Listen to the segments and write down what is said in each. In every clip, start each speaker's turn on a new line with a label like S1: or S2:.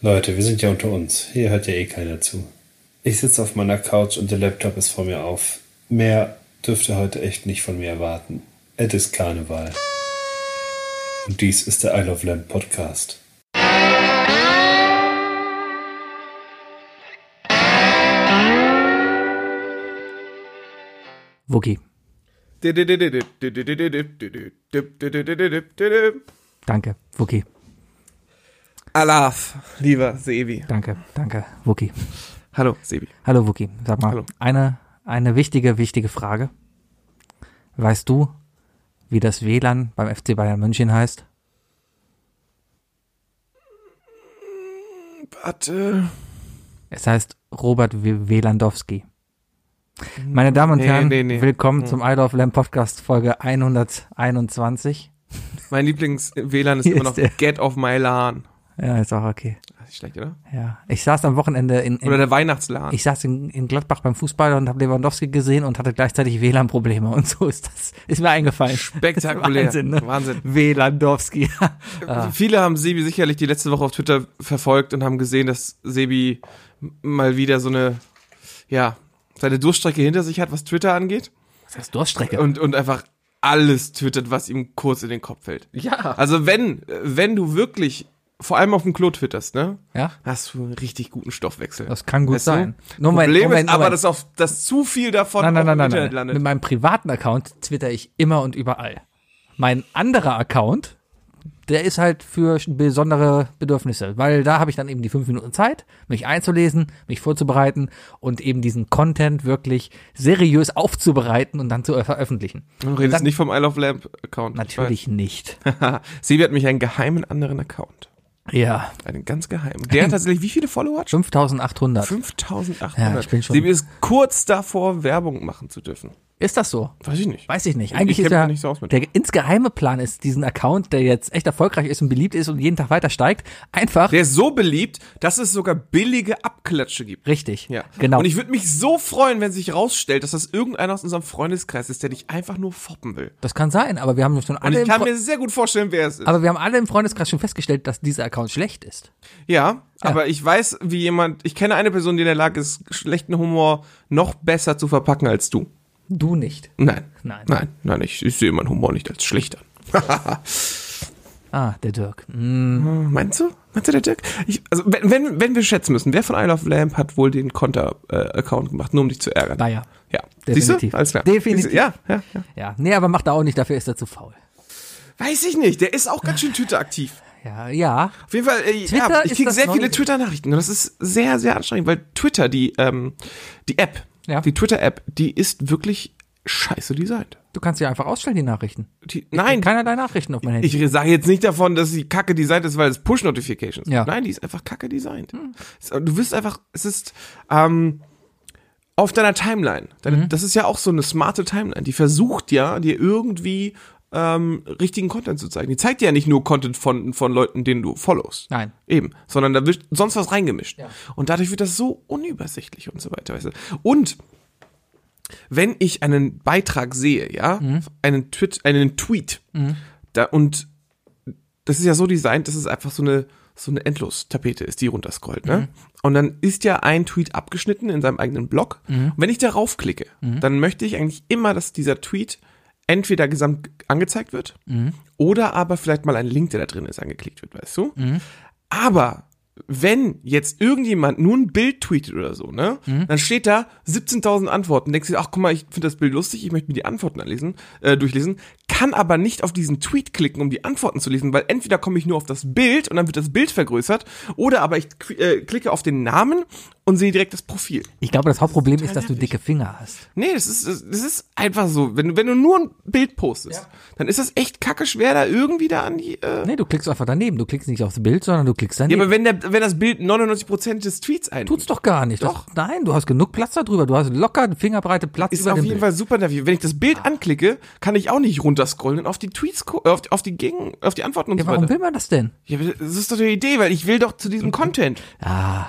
S1: Leute, wir sind ja unter uns. Hier hört ja eh keiner zu. Ich sitze auf meiner Couch und der Laptop ist vor mir auf. Mehr dürft ihr heute echt nicht von mir erwarten. Es ist Karneval. Und dies ist der Isle of Lamp Podcast.
S2: Wookie, danke. Wookie,
S3: Alaf, lieber Sebi.
S2: danke, danke. Wookie.
S3: Hallo, Sebi.
S2: Hallo Wookie, sag mal,
S3: Hallo.
S2: Eine, eine wichtige, wichtige Frage. Weißt du, wie das WLAN beim FC Bayern München heißt?
S3: Warte.
S2: Es heißt Robert W- Welandowski. Meine Damen und
S3: Nee,
S2: Herren,
S3: nee, Hm. nee.
S2: willkommen
S3: Ja.
S2: zum Idol of Lamb Podcast Folge 121.
S3: Mein Lieblings-WLAN ist
S2: Hier
S3: immer
S2: ist
S3: noch
S2: der.
S3: Get off my LAN.
S2: Ja, ist auch okay.
S3: Das ist schlecht, oder?
S2: Ja, ich saß am Wochenende in, in
S3: Oder der Weihnachts-LAN.
S2: ich saß in, in Gladbach beim Fußball und habe Lewandowski gesehen und hatte gleichzeitig WLAN-Probleme und so ist das ist mir eingefallen.
S3: Spektakulär.
S2: Wahnsinn, ne?
S3: Wahnsinn.
S2: Welandowski. Ah.
S3: Viele haben Sebi sicherlich die letzte Woche auf Twitter verfolgt und haben gesehen, dass Sebi m- mal wieder so eine, ja, seine Durchstrecke hinter sich hat, was Twitter angeht.
S2: Das heißt Durststrecke.
S3: Und, und einfach alles twittert, was ihm kurz in den Kopf fällt.
S2: ja.
S3: Also wenn, wenn du wirklich, vor allem auf dem Klo twitterst, ne?
S2: Ja,
S3: Hast du einen richtig guten Stoffwechsel.
S2: das kann gut
S3: Weißt du?
S2: sein. Nur mein-
S3: Problem
S2: Moment,
S3: ist aber,
S2: Moment.
S3: dass, auf, dass zu viel davon
S2: nein, nein,
S3: auch
S2: nein,
S3: im
S2: nein,
S3: Internet
S2: nein.
S3: landet.
S2: Mit meinem privaten Account twitter ich immer und überall. Mein anderer Account, der ist halt für besondere Bedürfnisse, weil da habe ich dann eben die fünf Minuten Zeit, mich einzulesen, mich vorzubereiten und eben diesen Content wirklich seriös aufzubereiten und dann zu veröffentlichen.
S3: Du redest
S2: Dann-
S3: nicht vom Isle of Lamp Account.
S2: Natürlich nicht.
S3: Ich weiß. Sebi hat mich einen geheimen anderen Account.
S2: Ja,
S3: Einen ganz geheimen. Der hat tatsächlich wie viele Follower? hat?
S2: 5800.
S3: 5800.
S2: Ja, ich bin schon-
S3: Sebi ist kurz davor, Werbung machen zu dürfen.
S2: Ist das so?
S3: Weiß ich nicht.
S2: Weiß ich nicht.
S3: Ich-
S2: Eigentlich
S3: ich
S2: ist
S3: kenn mich
S2: ja
S3: nicht so aus mit-
S2: der insgeheime Plan ist, diesen Account, der jetzt echt erfolgreich ist und beliebt ist und jeden Tag weiter steigt, einfach
S3: Der ist so beliebt, dass es sogar billige Abklatsche gibt.
S2: richtig.
S3: Ja,
S2: Genau.
S3: Und ich würde mich so freuen, wenn sich herausstellt, dass das irgendeiner aus unserem Freundeskreis ist, der dich einfach nur foppen will.
S2: das kann sein, aber wir haben schon
S3: Und
S2: alle
S3: ich
S2: im
S3: kann
S2: Fre-
S3: mir sehr gut vorstellen, wer es ist.
S2: aber wir haben alle im Freundeskreis schon festgestellt, dass dieser Account schlecht ist.
S3: Ja, aber ich weiß, wie jemand, ich kenne eine Person, die in der Lage ist, schlechten Humor noch besser zu verpacken als du.
S2: Du nicht.
S3: Nein.
S2: Nein.
S3: Nein, nein, ich, ich sehe meinen Humor nicht als schlecht an.
S2: Ah, der Dirk. Mm,
S3: Meinst du? Meinst du, der Dirk? Ich, also, wenn, wenn, wenn wir schätzen müssen, wer von Isle of Lamp hat wohl den Konter-Account gemacht, nur um dich zu ärgern?
S2: Bayer.
S3: Ja.
S2: Definitiv.
S3: Siehst du? Alles klar.
S2: Definitiv.
S3: Ja, ja, ja.
S2: Ja, nee, aber macht er auch nicht, dafür ist er zu faul.
S3: Weiß ich nicht, der ist auch ganz schön Tüte aktiv.
S2: Ja, ja.
S3: Auf jeden Fall, äh,
S2: Twitter
S3: ja, ich
S2: ist
S3: kriege
S2: das
S3: sehr viele
S2: neue-
S3: Twitter-Nachrichten und das ist sehr, sehr anstrengend, weil Twitter, die, ähm, die App,
S2: Ja.
S3: die Twitter-App, die ist wirklich scheiße designt.
S2: Du kannst ja einfach ausstellen die Nachrichten.
S3: Die, nein,
S2: Keiner der Nachrichten auf mein Handy.
S3: ich sage jetzt nicht davon, dass sie kacke designt ist, weil es Push-Notifications
S2: Ja. Hm.
S3: Nein, die ist einfach kacke designt. Du wirst einfach, es ist ähm, auf deiner Timeline. Deine,
S2: Mhm.
S3: Das ist ja auch so eine smarte Timeline. Die versucht ja, dir irgendwie ähm, richtigen Content zu zeigen. Die zeigt dir ja nicht nur Content von, von Leuten, denen du followst.
S2: Nein.
S3: Eben, sondern da wird sonst was reingemischt. Und dadurch wird das so unübersichtlich und so weiter. Weißt du? Und wenn ich einen Beitrag sehe, ja, einen, Tweet, einen Tweet, da, und das ist ja so designt, dass es einfach so eine, so eine Endlos-Tapete ist, die runterscrollt, ne? Und dann ist ja ein Tweet abgeschnitten in seinem eigenen Blog. Und wenn ich darauf klicke, dann möchte ich eigentlich immer, dass dieser Tweet entweder gesamt angezeigt wird oder aber vielleicht mal ein Link, der da drin ist, angeklickt wird, weißt du? Aber wenn jetzt irgendjemand nur ein Bild tweetet oder so, ne, dann steht da 17.000 Antworten, denkst du, ach guck mal, ich finde das Bild lustig, ich möchte mir die Antworten anlesen, äh, durchlesen, kann aber nicht auf diesen Tweet klicken, um die Antworten zu lesen, weil entweder komme ich nur auf das Bild und dann wird das Bild vergrößert, oder aber ich k- äh, klicke auf den Namen und sehe direkt das Profil.
S2: Ich glaube, das Hauptproblem ist, dass du
S3: nervig.
S2: dicke Finger hast.
S3: Nee, das ist, das das ist einfach so. Wenn, du- wenn du nur ein Bild postest, dann ist das echt kacke schwer, da irgendwie da an die. Äh,
S2: Nee, du klickst einfach daneben. Du klickst nicht aufs Bild, sondern du klickst daneben.
S3: Ja, aber wenn, der, wenn das Bild 99% des Tweets einnimmt.
S2: Tut's doch gar nicht.
S3: Doch.
S2: Das, nein, du hast genug Platz darüber. Du hast locker einen Fingerbreite Platz
S3: Ist
S2: über
S3: auf
S2: dem
S3: jeden
S2: Bild. Ah.
S3: Fall super nervig. Wenn ich das Bild anklicke, kann ich auch nicht runterscrollen und auf die Tweets, gu- äh, auf, die- auf die Gegen, auf die Antworten und
S2: ja,
S3: so
S2: warum
S3: weiter.
S2: will man das denn?
S3: Ja, aber das ist doch die Idee, weil ich will doch zu diesem Content.
S2: Ah,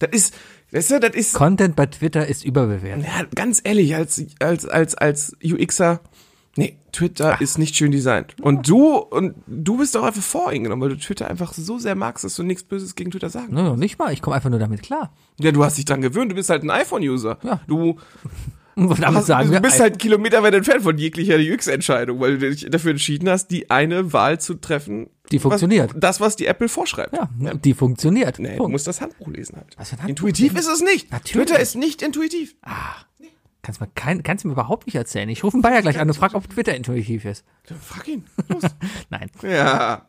S3: Das ist, weißt du, das ist,
S2: Content bei Twitter ist überbewertet.
S3: ja, ganz ehrlich, als, als, als, als UXer, Nee, Twitter
S2: Ah.
S3: ist nicht schön designt. Und du, und du bist auch einfach voreingenommen, weil du Twitter einfach so sehr magst, dass du nichts Böses gegen Twitter sagen.
S2: Nö, Ne, nicht mal. Ich komme einfach nur damit klar.
S3: Ja, du hast dich dran gewöhnt, du bist halt ein iPhone-User.
S2: Ja.
S3: Du,
S2: Und damit
S3: hast,
S2: sagen
S3: du
S2: wir,
S3: bist halt Kilometer weit entfernt von jeglicher UX-Entscheidung, weil du dich dafür entschieden hast, die eine Wahl zu treffen.
S2: Die funktioniert.
S3: Was, das, was die Apple vorschreibt.
S2: ja, die funktioniert.
S3: Nee, du
S2: Punkt.
S3: musst das Handbuch lesen halt.
S2: Was für ein Handbuch
S3: intuitiv
S2: denn?
S3: ist es nicht.
S2: Natürlich. Ah.
S3: Twitter ist nicht intuitiv.
S2: Kannst, mir kein, kannst du mir überhaupt nicht erzählen. Ich rufe einen Bayer gleich an und frage, ob Twitter intuitiv ist.
S3: Ja, Frag ihn. Los.
S2: Nein.
S3: ja.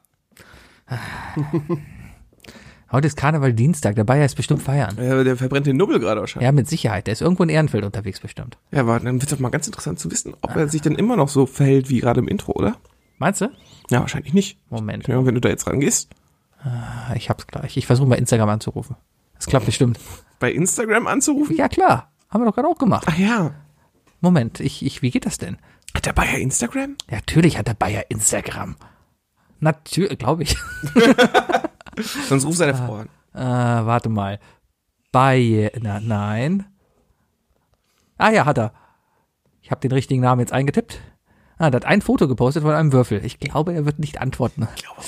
S2: Heute ist Karneval Dienstag. Der Bayer ist bestimmt feiern.
S3: ja. Der verbrennt den Nubbel gerade wahrscheinlich.
S2: Ja, mit Sicherheit. Der ist irgendwo in Ehrenfeld unterwegs bestimmt.
S3: Ja, aber dann wird doch mal ganz interessant zu wissen, ob
S2: Ah.
S3: er sich denn immer noch so verhält wie gerade im Intro, oder?
S2: Meinst du?
S3: Ja, wahrscheinlich nicht.
S2: Moment.
S3: Ja, wenn du da jetzt rangehst.
S2: Ah, Ich hab's gleich. Ich versuche bei Instagram anzurufen. Das klappt bestimmt.
S3: Bei Instagram anzurufen?
S2: Ja, klar. Haben wir doch gerade auch gemacht.
S3: Ach ja.
S2: Moment, ich, ich, wie geht das denn?
S3: Hat der Bayer Instagram?
S2: Ja, natürlich hat der Bayer Instagram. Natürlich, glaube ich.
S3: Sonst ruf seine Frau an.
S2: Äh, warte mal. Bayer, na, nein. Ah ja, hat er. Ich habe den richtigen Namen jetzt eingetippt. Ah, der hat ein Foto gepostet von einem Würfel. Ich glaube, er wird nicht antworten. Ich
S3: glaube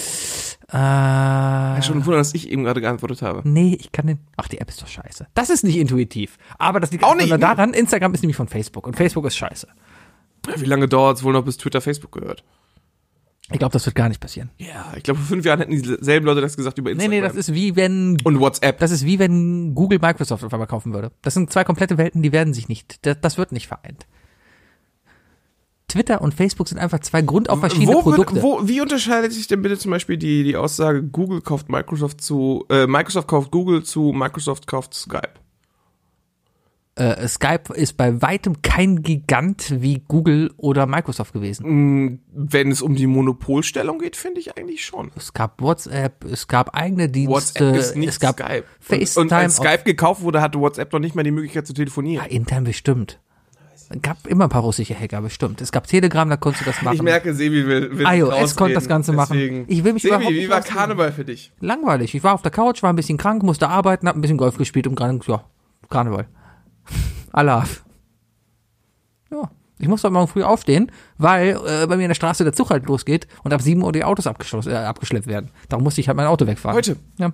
S2: Äh,
S3: Schon ein Wunder, dass ich eben gerade geantwortet habe.
S2: nee, ich kann den. Ach, die App ist doch scheiße. Das ist nicht intuitiv. Aber das liegt auch
S3: nicht,
S2: nur
S3: ne?
S2: daran, Instagram ist nämlich von Facebook und Facebook ist scheiße.
S3: Wie lange dauert es wohl noch, bis Twitter Facebook gehört?
S2: Ich glaube, das wird gar nicht passieren.
S3: Ja, ich glaube, vor fünf Jahren hätten dieselben Leute das gesagt über
S2: Nee,
S3: Instagram.
S2: nee, das ist wie wenn
S3: Und WhatsApp.
S2: Das ist wie wenn Google Microsoft auf einmal kaufen würde. Das sind zwei komplette Welten, die werden sich nicht. Das, das wird nicht vereint. Twitter und Facebook sind einfach zwei grundauf verschiedene
S3: wo, wird,
S2: Produkte.
S3: wo Wie unterscheidet sich denn bitte zum Beispiel die, die Aussage, Google kauft Microsoft zu, äh, Microsoft kauft Google zu, Microsoft kauft Skype?
S2: äh, Skype ist bei weitem kein Gigant wie Google oder Microsoft
S3: Mhm.
S2: gewesen.
S3: Wenn es um die Monopolstellung geht, finde ich eigentlich schon.
S2: Es gab WhatsApp, es gab eigene Dienste,
S3: WhatsApp ist nicht
S2: es gab
S3: Skype.
S2: FaceTime.
S3: und, und als
S2: auf-
S3: Skype gekauft wurde, hatte WhatsApp noch nicht mal die Möglichkeit zu telefonieren.
S2: ja, intern bestimmt. Es gab immer ein paar russische Hacker, bestimmt. Es gab Telegram, da konntest du das machen.
S3: Ich merke, Sebi will, will
S2: iOS
S3: rausreden,
S2: konnte das Ganze machen.
S3: Deswegen.
S2: Ich will mich
S3: Sebi,
S2: überhaupt
S3: wie
S2: nicht
S3: war
S2: rausreden.
S3: Karneval für dich?
S2: langweilig. Ich war auf der Couch, war ein bisschen krank, musste arbeiten, hab ein bisschen Golf gespielt und gerade, ja, Karneval. Alaf. Ja. Ich musste heute Morgen früh aufstehen, weil äh, bei mir in der Straße der Zug halt losgeht und ab 7 Uhr die Autos abgeschlossen, äh, abgeschleppt werden. Darum musste ich halt mein Auto wegfahren.
S3: Heute?
S2: Ja.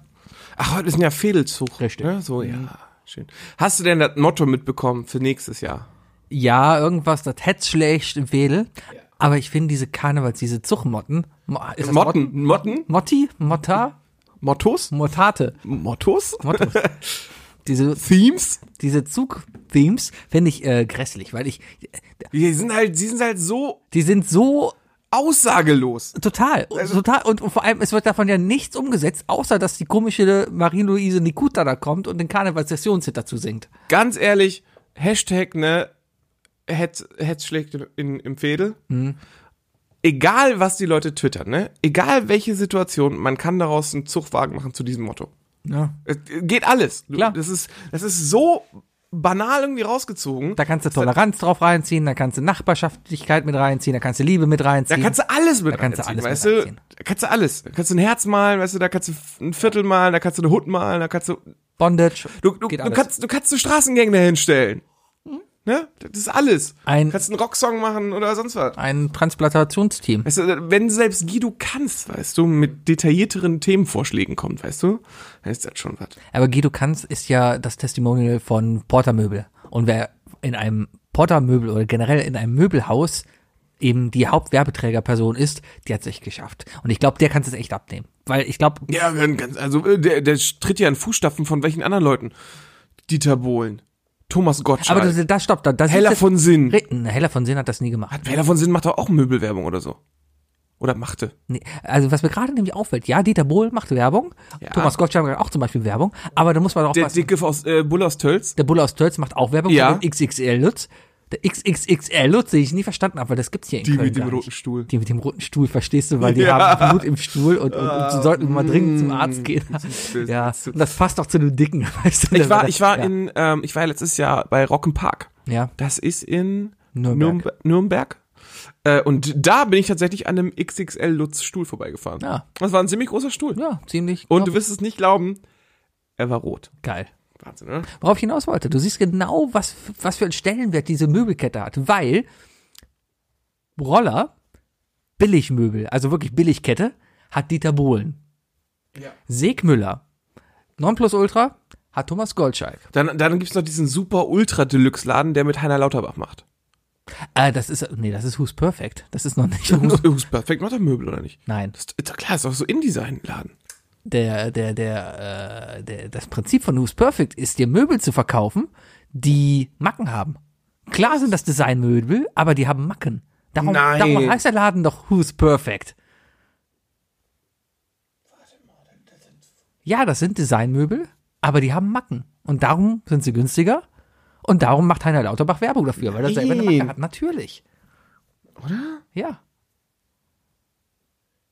S3: Ach, heute ist ein ja Fädelzug.
S2: Richtig. Mhm.
S3: Ne? So, ja. Schön. Hast du denn das Motto mitbekommen für nächstes Jahr?
S2: Ja, irgendwas, das hetz schlecht im Wedel. Aber ich finde diese Karnevals, diese Zugmotten. Mo- Ist das Mot-
S3: Motten. Motten?
S2: Motti? Motta?
S3: Mottos?
S2: Mottate?
S3: Mottos?
S2: Mottos. diese
S3: Themes?
S2: diese Zug-Themes finde ich äh, grässlich, weil ich,
S3: Die sind halt, die sind halt so
S2: die sind so
S3: aussagelos.
S2: Total,
S3: Also
S2: total. Und, und vor allem, es wird davon ja nichts umgesetzt, außer dass die komische Marie-Louise Nikuta da kommt und den Karnevalssessionshit dazu singt.
S3: Ganz ehrlich, Hashtag, ne, Hetz, Hetz schlägt in, im Fädel.
S2: Mhm.
S3: Egal, was die Leute twittern, ne? Egal welche Situation, man kann daraus einen Zugwagen machen zu diesem Motto.
S2: Ja.
S3: Es Geht alles. Du-
S2: Klar.
S3: Das ist, das ist so banal irgendwie rausgezogen.
S2: Da kannst du Toleranz drauf reinziehen, da kannst du Nachbarschaftlichkeit mit reinziehen, da kannst du Liebe mit
S3: Da
S2: reinziehen.
S3: kannst du alles mit
S2: Da kannst du
S3: reinziehen,
S2: alles mit
S3: weißt du?
S2: reinziehen.
S3: Da kannst du alles. Da kannst du ein Herz malen, weißt du, da kannst du ein Viertel malen, da kannst du eine Hut malen, da kannst du.
S2: Bondage.
S3: Du, du, du,
S2: geht alles. Hm?
S3: kannst, du kannst eine Straßengänge dahinstellen. Ne? Das ist alles.
S2: Ein-
S3: du kannst einen Rocksong machen oder sonst was.
S2: ein Transplantationsteam.
S3: Weißt du, wenn selbst Guido kannst, weißt du, mit detaillierteren Themenvorschlägen kommt, weißt du, dann ist das schon was.
S2: Aber Guido Kanz ist ja das Testimonial von Portermöbel. Und wer in einem Portermöbel oder generell in einem Möbelhaus eben die Hauptwerbeträgerperson ist, die hat es echt geschafft. Und ich glaube, der kann es echt abnehmen. Weil ich glaube,
S3: Ja, ganz, also äh, der, der tritt ja in Fußstapfen von welchen anderen Leuten? Dieter Bohlen, Thomas Gottschalk,
S2: Aber das, das stopp, da, das
S3: Hella
S2: ist
S3: von Sinn.
S2: Re- Ne, Heller von Sinn hat das nie gemacht.
S3: Hella von Sinn macht doch auch Möbelwerbung oder so. Oder machte.
S2: Nee. Also was mir gerade nämlich auffällt, ja, Dieter Bohl macht Werbung, Thomas Gottschalk macht auch zum Beispiel Werbung, aber da muss man auch
S3: Der
S2: was. Der,
S3: Dicke aus äh, Bull aus Tölz.
S2: Bulle aus Tölz macht auch Werbung
S3: Ja.
S2: für den XXL Lutz. Der XXXL Lutz, den ich nie verstanden habe, weil das gibt's hier in
S3: Die
S2: Köln
S3: mit dem
S2: gar
S3: roten
S2: nicht.
S3: Stuhl.
S2: Die mit dem roten Stuhl, verstehst du, weil die
S3: Ja. Ah, mm.
S2: haben Blut im Stuhl und, und, und so sollten wir mal dringend zum Arzt gehen. ja, und das passt auch zu den Dicken, weißt du.
S3: Ich war, ich war
S2: ja.
S3: in, ähm, ich war ja letztes Jahr bei Rock'n Park.
S2: Ja,
S3: Das ist in
S2: Nürnberg.
S3: Nürnberg. Nürnberg. Äh, und da bin ich tatsächlich an einem XXL Lutz Stuhl vorbeigefahren.
S2: Ja.
S3: Das war ein ziemlich großer Stuhl.
S2: Ah. ja, ziemlich
S3: Und du wirst es nicht glauben, er war rot.
S2: geil.
S3: Wahnsinn, ne? oder?
S2: Worauf ich hinaus wollte, du siehst genau, was, was für einen Stellenwert diese Möbelkette hat, weil Roller, Billigmöbel, also wirklich Billigkette, hat Dieter Bohlen.
S3: Ja.
S2: Segmüller, Nonplusultra, hat Thomas Goldschalk.
S3: Dann, dann gibt's noch diesen super Ultra-Deluxe-Laden, der mit Heiner Lauterbach macht.
S2: Äh, das ist, nee, das ist Who's Perfect. Das ist noch nicht.
S3: Who's, Who's Perfect macht er Möbel, oder nicht?
S2: Nein,
S3: Das ist doch klar, ist doch so InDesign-Laden.
S2: der, der, der, äh, der, das Prinzip von Who's Perfect ist, dir Möbel zu verkaufen, die Macken haben. Klar sind das Designmöbel, aber die haben Macken. Darum,
S3: Nein.
S2: darum heißt der Laden doch Who's Perfect. Ja, das sind Designmöbel, aber die haben Macken. Und darum sind sie günstiger. Und darum macht Heiner Lauterbach Werbung dafür, weil er selber eine Macke
S3: Nein.
S2: hat. Natürlich. Oder? Ja.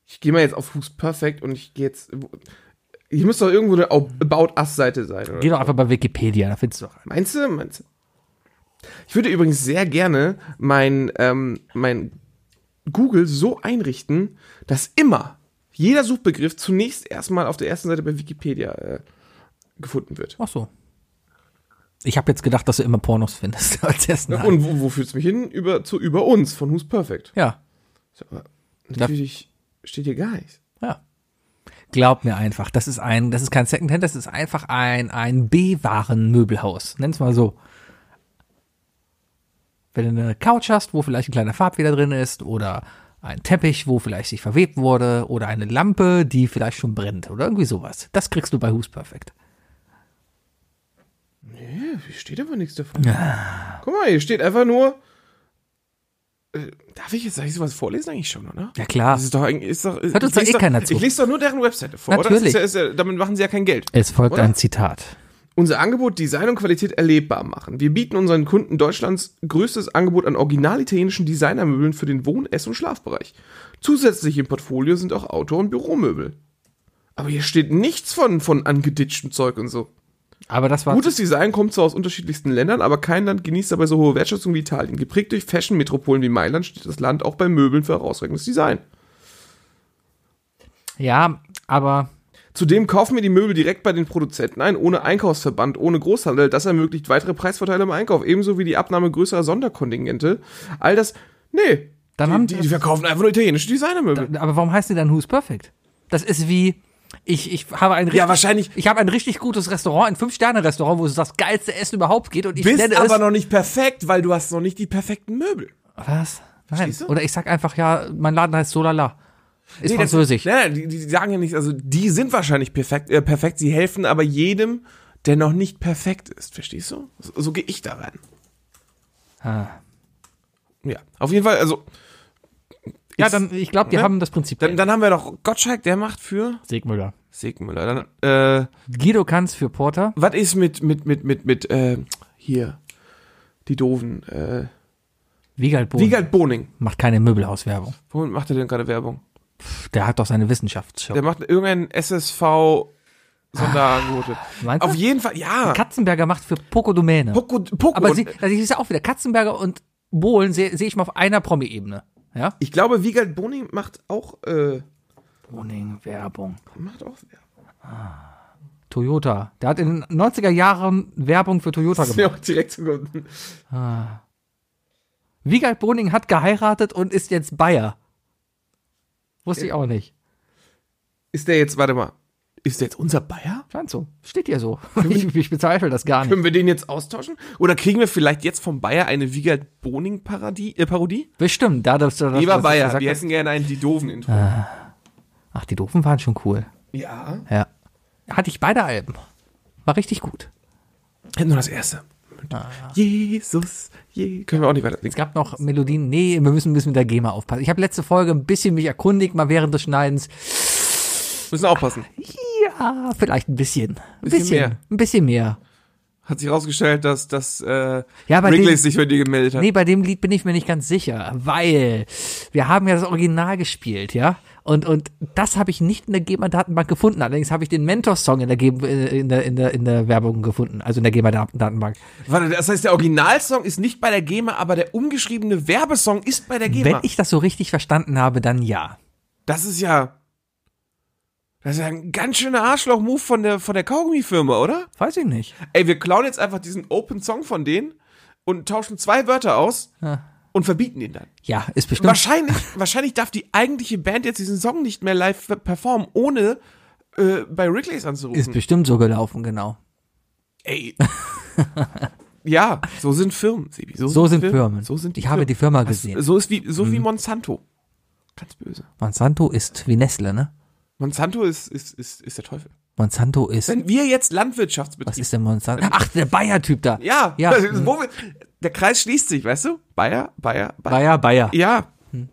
S3: Ich gehe mal jetzt auf Who's Perfect und ich gehe jetzt. Hier muss doch irgendwo eine About Us-Seite sein, oder?
S2: Geh doch einfach bei Wikipedia, da findest du doch einen.
S3: Meinst du? Meinst du? Ich würde übrigens sehr gerne mein, ähm, mein Google so einrichten, dass immer jeder Suchbegriff zunächst erstmal auf der ersten Seite bei Wikipedia äh, gefunden wird.
S2: Ach so. Ich habe jetzt gedacht, dass du immer Pornos findest als ersten. Halt.
S3: Und wo, wo führt es mich hin? Über, zu Über uns von Who's Perfect.
S2: Ja,
S3: Ist Aber natürlich steht hier gar nichts.
S2: ja. Glaub mir einfach, das ist ein, das ist kein Secondhand, das ist einfach ein, ein B-Waren-Möbelhaus. Nenn's mal so. Wenn du eine Couch hast, wo vielleicht ein kleiner Farbfehler drin ist oder ein Teppich, wo vielleicht sich verwebt wurde oder eine Lampe, die vielleicht schon brennt oder irgendwie sowas. Das kriegst du bei Who's Perfect.
S3: Ja, hier steht aber nichts davon. Guck mal, hier steht einfach nur. Äh, Darf ich jetzt eigentlich sowas vorlesen eigentlich schon, oder?
S2: Ja, klar.
S3: Das ist doch eigentlich. Ist doch, äh,
S2: Hört uns
S3: ich
S2: doch
S3: lese
S2: eh keiner zu.
S3: Ich lese doch nur deren Webseite vor, oder? Das
S2: Natürlich. Äh.
S3: Ist ja, ist ja, damit machen sie ja kein Geld.
S2: Es folgt
S3: Oder?
S2: ein Zitat.
S3: Unser Angebot Design und Qualität erlebbar machen. Wir bieten unseren Kunden Deutschlands größtes Angebot an original italienischen Designermöbeln für den Wohn-, Ess- und Schlafbereich. Zusätzlich im Portfolio sind auch Auto- und Büromöbel. Aber hier steht nichts von, von angeditschtem Zeug und so.
S2: Aber das war
S3: Gutes Design kommt zwar aus unterschiedlichsten Ländern, aber kein Land genießt dabei so hohe Wertschätzung wie Italien. Geprägt durch Fashion-Metropolen wie Mailand steht das Land auch bei Möbeln für herausragendes Design.
S2: ja, aber
S3: Zudem kaufen wir die Möbel direkt bei den Produzenten ein, ohne Einkaufsverband, ohne Großhandel. Das ermöglicht weitere Preisvorteile im Einkauf, ebenso wie die Abnahme größerer Sonderkontingente. All das, nee,
S2: Dann
S3: die,
S2: haben-
S3: die, die verkaufen einfach nur italienische Designermöbel.
S2: Aber warum heißt die dann Who's Perfect? Das ist wie, ich, ich habe ein richtig,
S3: Ja, wahrscheinlich-
S2: ich habe ein richtig gutes Restaurant, ein Fünf-Sterne-Restaurant, wo es das geilste Essen überhaupt geht und ich nenne
S3: Bist aber
S2: es.
S3: noch nicht perfekt, weil du hast noch nicht die perfekten Möbel.
S2: Was? Nein.
S3: Verstehst du?
S2: Oder ich sag einfach, ja, mein Laden heißt Solala. Ist
S3: Nee, das- ne?
S2: französisch.
S3: Nein, nein, die, die sagen ja nicht, also die sind wahrscheinlich perfekt, äh, perfekt, sie helfen aber jedem, der noch nicht perfekt ist, verstehst du? So, so gehe ich da rein.
S2: Ah.
S3: Ja, auf jeden Fall, also
S2: Ja,
S3: ist-
S2: dann, ich glaube, die
S3: ne?
S2: haben das Prinzip.
S3: dann, dann haben wir noch Gottschalk, der macht für
S2: Segmüller.
S3: Segmüller. Dann, äh,
S2: Guido Kanz für Porter.
S3: was ist mit, mit, mit, mit, mit, äh, hier, die Doofen, äh,
S2: Wiegald Bohn.
S3: Wiegald Boning.
S2: Macht keine Möbelhauswerbung.
S3: Womit macht er denn gerade Werbung?
S2: Pff, Der hat doch seine Wissenschaftsshow.
S3: Der macht irgendein SSV Sonderangebote.
S2: meinst du?
S3: Auf jeden Fall, ja.
S2: Katzenberger macht für Poco Domäne.
S3: Poco, Poco
S2: Aber
S3: und-
S2: sie, also ich sehe auch wieder, Katzenberger und Bohlen sehe seh ich mal auf einer Promi-Ebene. Ja?
S3: Ich glaube, Wiegald Boning macht auch, äh,
S2: Boning, Werbung.
S3: macht auch Werbung.
S2: Toyota. Der hat in den 90er Jahren Werbung für Toyota
S3: Ist
S2: gemacht.
S3: mir auch direkt so
S2: Wiegald Boning hat geheiratet und ist jetzt Bayer. Wusste ich auch nicht.
S3: Ist der jetzt, warte mal, ist der jetzt unser Bayer?
S2: Scheint so. Steht hier so. Ich, ich bezweifle das gar nicht.
S3: Können wir den jetzt austauschen? Oder kriegen wir vielleicht jetzt vom Bayer eine Wiegald Boning Parodie? Äh, Parodie?
S2: Bestimmt. Da, dass, dass,
S3: Lieber
S2: dass- dass-
S3: Bayer,
S2: dass-
S3: wir hätten gerne ein Die Doofen Intro.
S2: Ah. Ach, die Doofen waren schon cool.
S3: Ja.
S2: Ja. Hatte ich beide Alben. War richtig gut.
S3: Hätten nur das erste. Jesus, je. Können wir auch nicht weiter.
S2: Es gab noch Melodien. Nee, wir müssen ein bisschen mit der GEMA aufpassen. Ich habe letzte Folge ein bisschen mich erkundigt, mal während des Schneidens.
S3: Müssen aufpassen.
S2: Ja, vielleicht ein bisschen. Ein
S3: Bisschen
S2: bisschen,
S3: mehr.
S2: Ein bisschen mehr.
S3: Hat sich herausgestellt, dass, dass äh,
S2: Ja, bei
S3: Wrigley
S2: den-
S3: sich bei dir gemeldet hat.
S2: Nee, bei dem Lied bin ich mir nicht ganz sicher, weil wir haben ja das Original gespielt, ja? Und, und das habe ich nicht in der GEMA-Datenbank gefunden. Allerdings habe ich den Mentor-Song in der, Ge- äh, in, der, in, der, in der Werbung gefunden, also in der GEMA-Datenbank.
S3: Warte, das heißt, der Originalsong ist nicht bei der GEMA, aber der umgeschriebene Werbesong ist bei der
S2: Wenn
S3: GEMA.
S2: ich das so richtig verstanden habe, dann ja.
S3: das ist ja. Das ist ja ein ganz schöner Arschloch-Move von der, von der Kaugummi-Firma, oder?
S2: Weiß ich nicht.
S3: Ey, wir klauen jetzt einfach diesen Open Song von denen und tauschen zwei Wörter aus.
S2: Ja.
S3: und verbieten ihn dann.
S2: Ja, ist bestimmt.
S3: Wahrscheinlich, wahrscheinlich darf die eigentliche Band jetzt diesen Song nicht mehr live performen, ohne äh, bei Wrigley's
S2: Ist
S3: anzurufen.
S2: bestimmt so gelaufen, genau.
S3: Ey. ja, so sind Firmen, Sebi.
S2: So sind Firmen.
S3: So sind die Also,
S2: ich habe die Firma gesehen. Mhm.
S3: So ist wie, so wie Monsanto. Ganz böse.
S2: Monsanto ist wie Nestle, ne?
S3: Monsanto ist, ist, ist, ist der Teufel.
S2: Monsanto ist.
S3: Wenn wir jetzt
S2: Was
S3: Landwirtschaftsbetrieb.
S2: ist denn Monsanto? Ach, der Bayer-Typ da.
S3: Ja,
S2: Ja. Mhm.
S3: das ist- Wo wir, der Kreis schließt sich, weißt du? Bayer, Bayer,
S2: Bayer,
S3: Bayer.
S2: Bayer.
S3: Ja.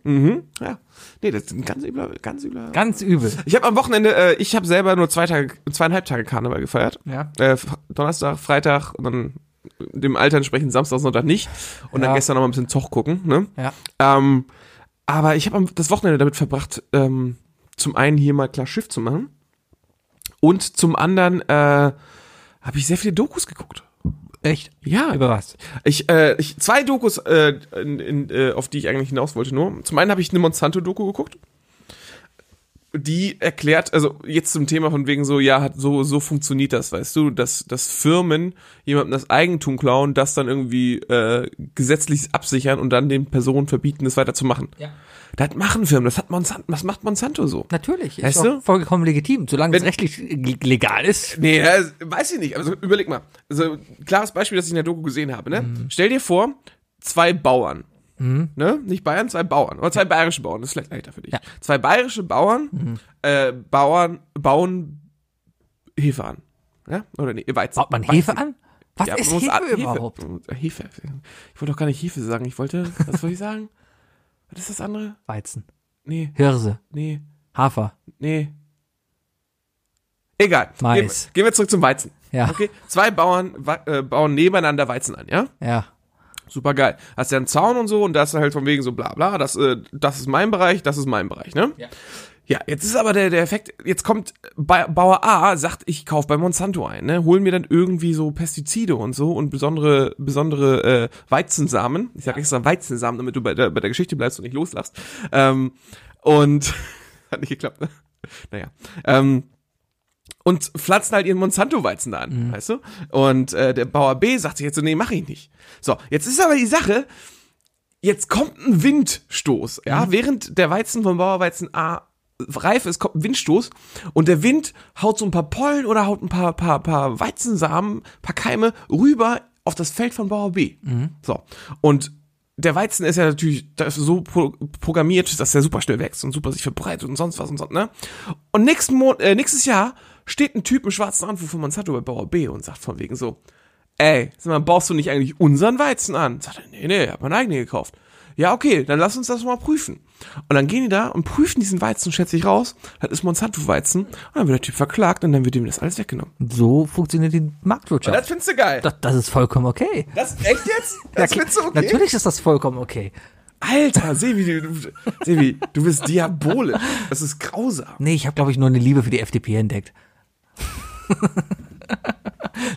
S3: Mhm. Ja. Nee, das ist ein ganz übler, ganz übler.
S2: Ganz übel.
S3: Ich habe am Wochenende, äh, ich habe selber nur zwei Tage, zweieinhalb Tage Karneval gefeiert.
S2: Ja.
S3: Äh, F- Donnerstag, Freitag und dann dem Alter entsprechend Samstag, Sonntag nicht. Und
S2: Ja.
S3: dann gestern noch mal ein bisschen Zoch gucken. Ne?
S2: Ja.
S3: Ähm, aber ich habe das Wochenende damit verbracht, ähm, zum einen hier mal klar Schiff zu machen und zum anderen äh, habe ich sehr viele Dokus geguckt.
S2: Echt?
S3: Ja,
S2: Über was?
S3: ich, äh, ich zwei Dokus, äh, in, in, äh, auf die ich eigentlich hinaus wollte nur. Zum einen habe ich eine Monsanto-Doku geguckt. Die erklärt, also jetzt zum Thema von wegen so, ja, hat so, so funktioniert das, weißt du, dass, dass Firmen jemandem das Eigentum klauen, das dann irgendwie äh, gesetzlich absichern und dann den Personen verbieten, das weiterzumachen.
S2: Ja.
S3: Das machen Firmen, das hat Monsanto, was macht Monsanto so?
S2: Natürlich. Ist
S3: Weißt
S2: doch
S3: du?
S2: vollkommen legitim, solange es
S3: Wenn-
S2: rechtlich äh, legal ist.
S3: Nee, ja, weiß ich nicht. Also überleg mal. Also klares Beispiel, das ich in der Doku gesehen habe. Ne?
S2: Mhm.
S3: Stell dir vor, zwei Bauern. Ne? Nicht Bayern, zwei Bauern. Oder zwei bayerische Bauern. Das ist vielleicht leichter für dich.
S2: Ja. Mhm.
S3: Zwei bayerische Bauern, äh, Bauern bauen Hefe an. Ja? Oder nee, Weizen.
S2: Baut man Hefe an? Was
S3: Ja,
S2: ist
S3: man muss
S2: Hefe
S3: an-
S2: überhaupt?
S3: Hefe. Ich wollte doch gar nicht Hefe sagen. Ich wollte, was wollte ich sagen? Was ist das andere?
S2: Weizen.
S3: Nee,
S2: Hirse.
S3: nee.
S2: Hafer.
S3: Nee. Egal.
S2: Mais.
S3: Gehen, gehen wir zurück zum Weizen.
S2: Ja.
S3: Okay. Zwei Bauern wa- äh, bauen nebeneinander Weizen an, ja?
S2: Ja.
S3: Super geil. Hast ja einen Zaun und so und da ist halt von wegen so bla bla, das, äh, das ist mein Bereich, das ist mein Bereich, ne?
S2: Ja.
S3: Ja, jetzt ist aber der, der Effekt, jetzt kommt Ba- Bauer A, sagt, ich kauf bei Monsanto ein, ne? Holen mir dann irgendwie so Pestizide und so und besondere, besondere äh, Weizensamen. Ich sag extra Weizensamen, damit du bei der, bei der Geschichte bleibst und nicht loslachst. Ähm, und hat nicht geklappt, ne? Naja. Ähm, und pflanzen halt ihren Monsanto-Weizen da an, weißt du? Und äh, der Bauer B sagt sich jetzt so, nee, mache ich nicht. So, jetzt ist aber die Sache, jetzt kommt ein Windstoß, ja? Während der Weizen von Bauerweizen A reif ist, kommt ein Windstoß und der Wind haut so ein paar Pollen oder haut ein paar, paar, paar Weizensamen, paar Keime rüber auf das Feld von Bauer B. So, und der Weizen ist ja natürlich da ist so pro programmiert, dass er super schnell wächst und super sich verbreitet und sonst was und so, ne? Und nächsten Mon äh, nächstes Jahr steht ein Typ im schwarzen Anzug von Monsanto bei Bauer B und sagt von wegen so, ey, sag mal, baust du nicht eigentlich unseren Weizen an? Sagt er, nee, nee, hab meinen eigenen gekauft. Ja, okay, dann lass uns das mal prüfen. Und dann gehen die da und prüfen diesen Weizen, schätze ich raus, das ist Monsanto-Weizen. Und dann wird der Typ verklagt und dann wird ihm das alles weggenommen.
S2: So funktioniert die Marktwirtschaft.
S3: Das findest du geil.
S2: Das, das ist vollkommen okay.
S3: Das, echt jetzt? Das
S2: Ja,
S3: findest du okay?
S2: Natürlich ist das vollkommen okay.
S3: Alter, Sebi, du, du- Sebi, du bist diabolisch. Das ist grausam.
S2: Nee, ich habe, glaube ich, nur eine Liebe für die FDP entdeckt.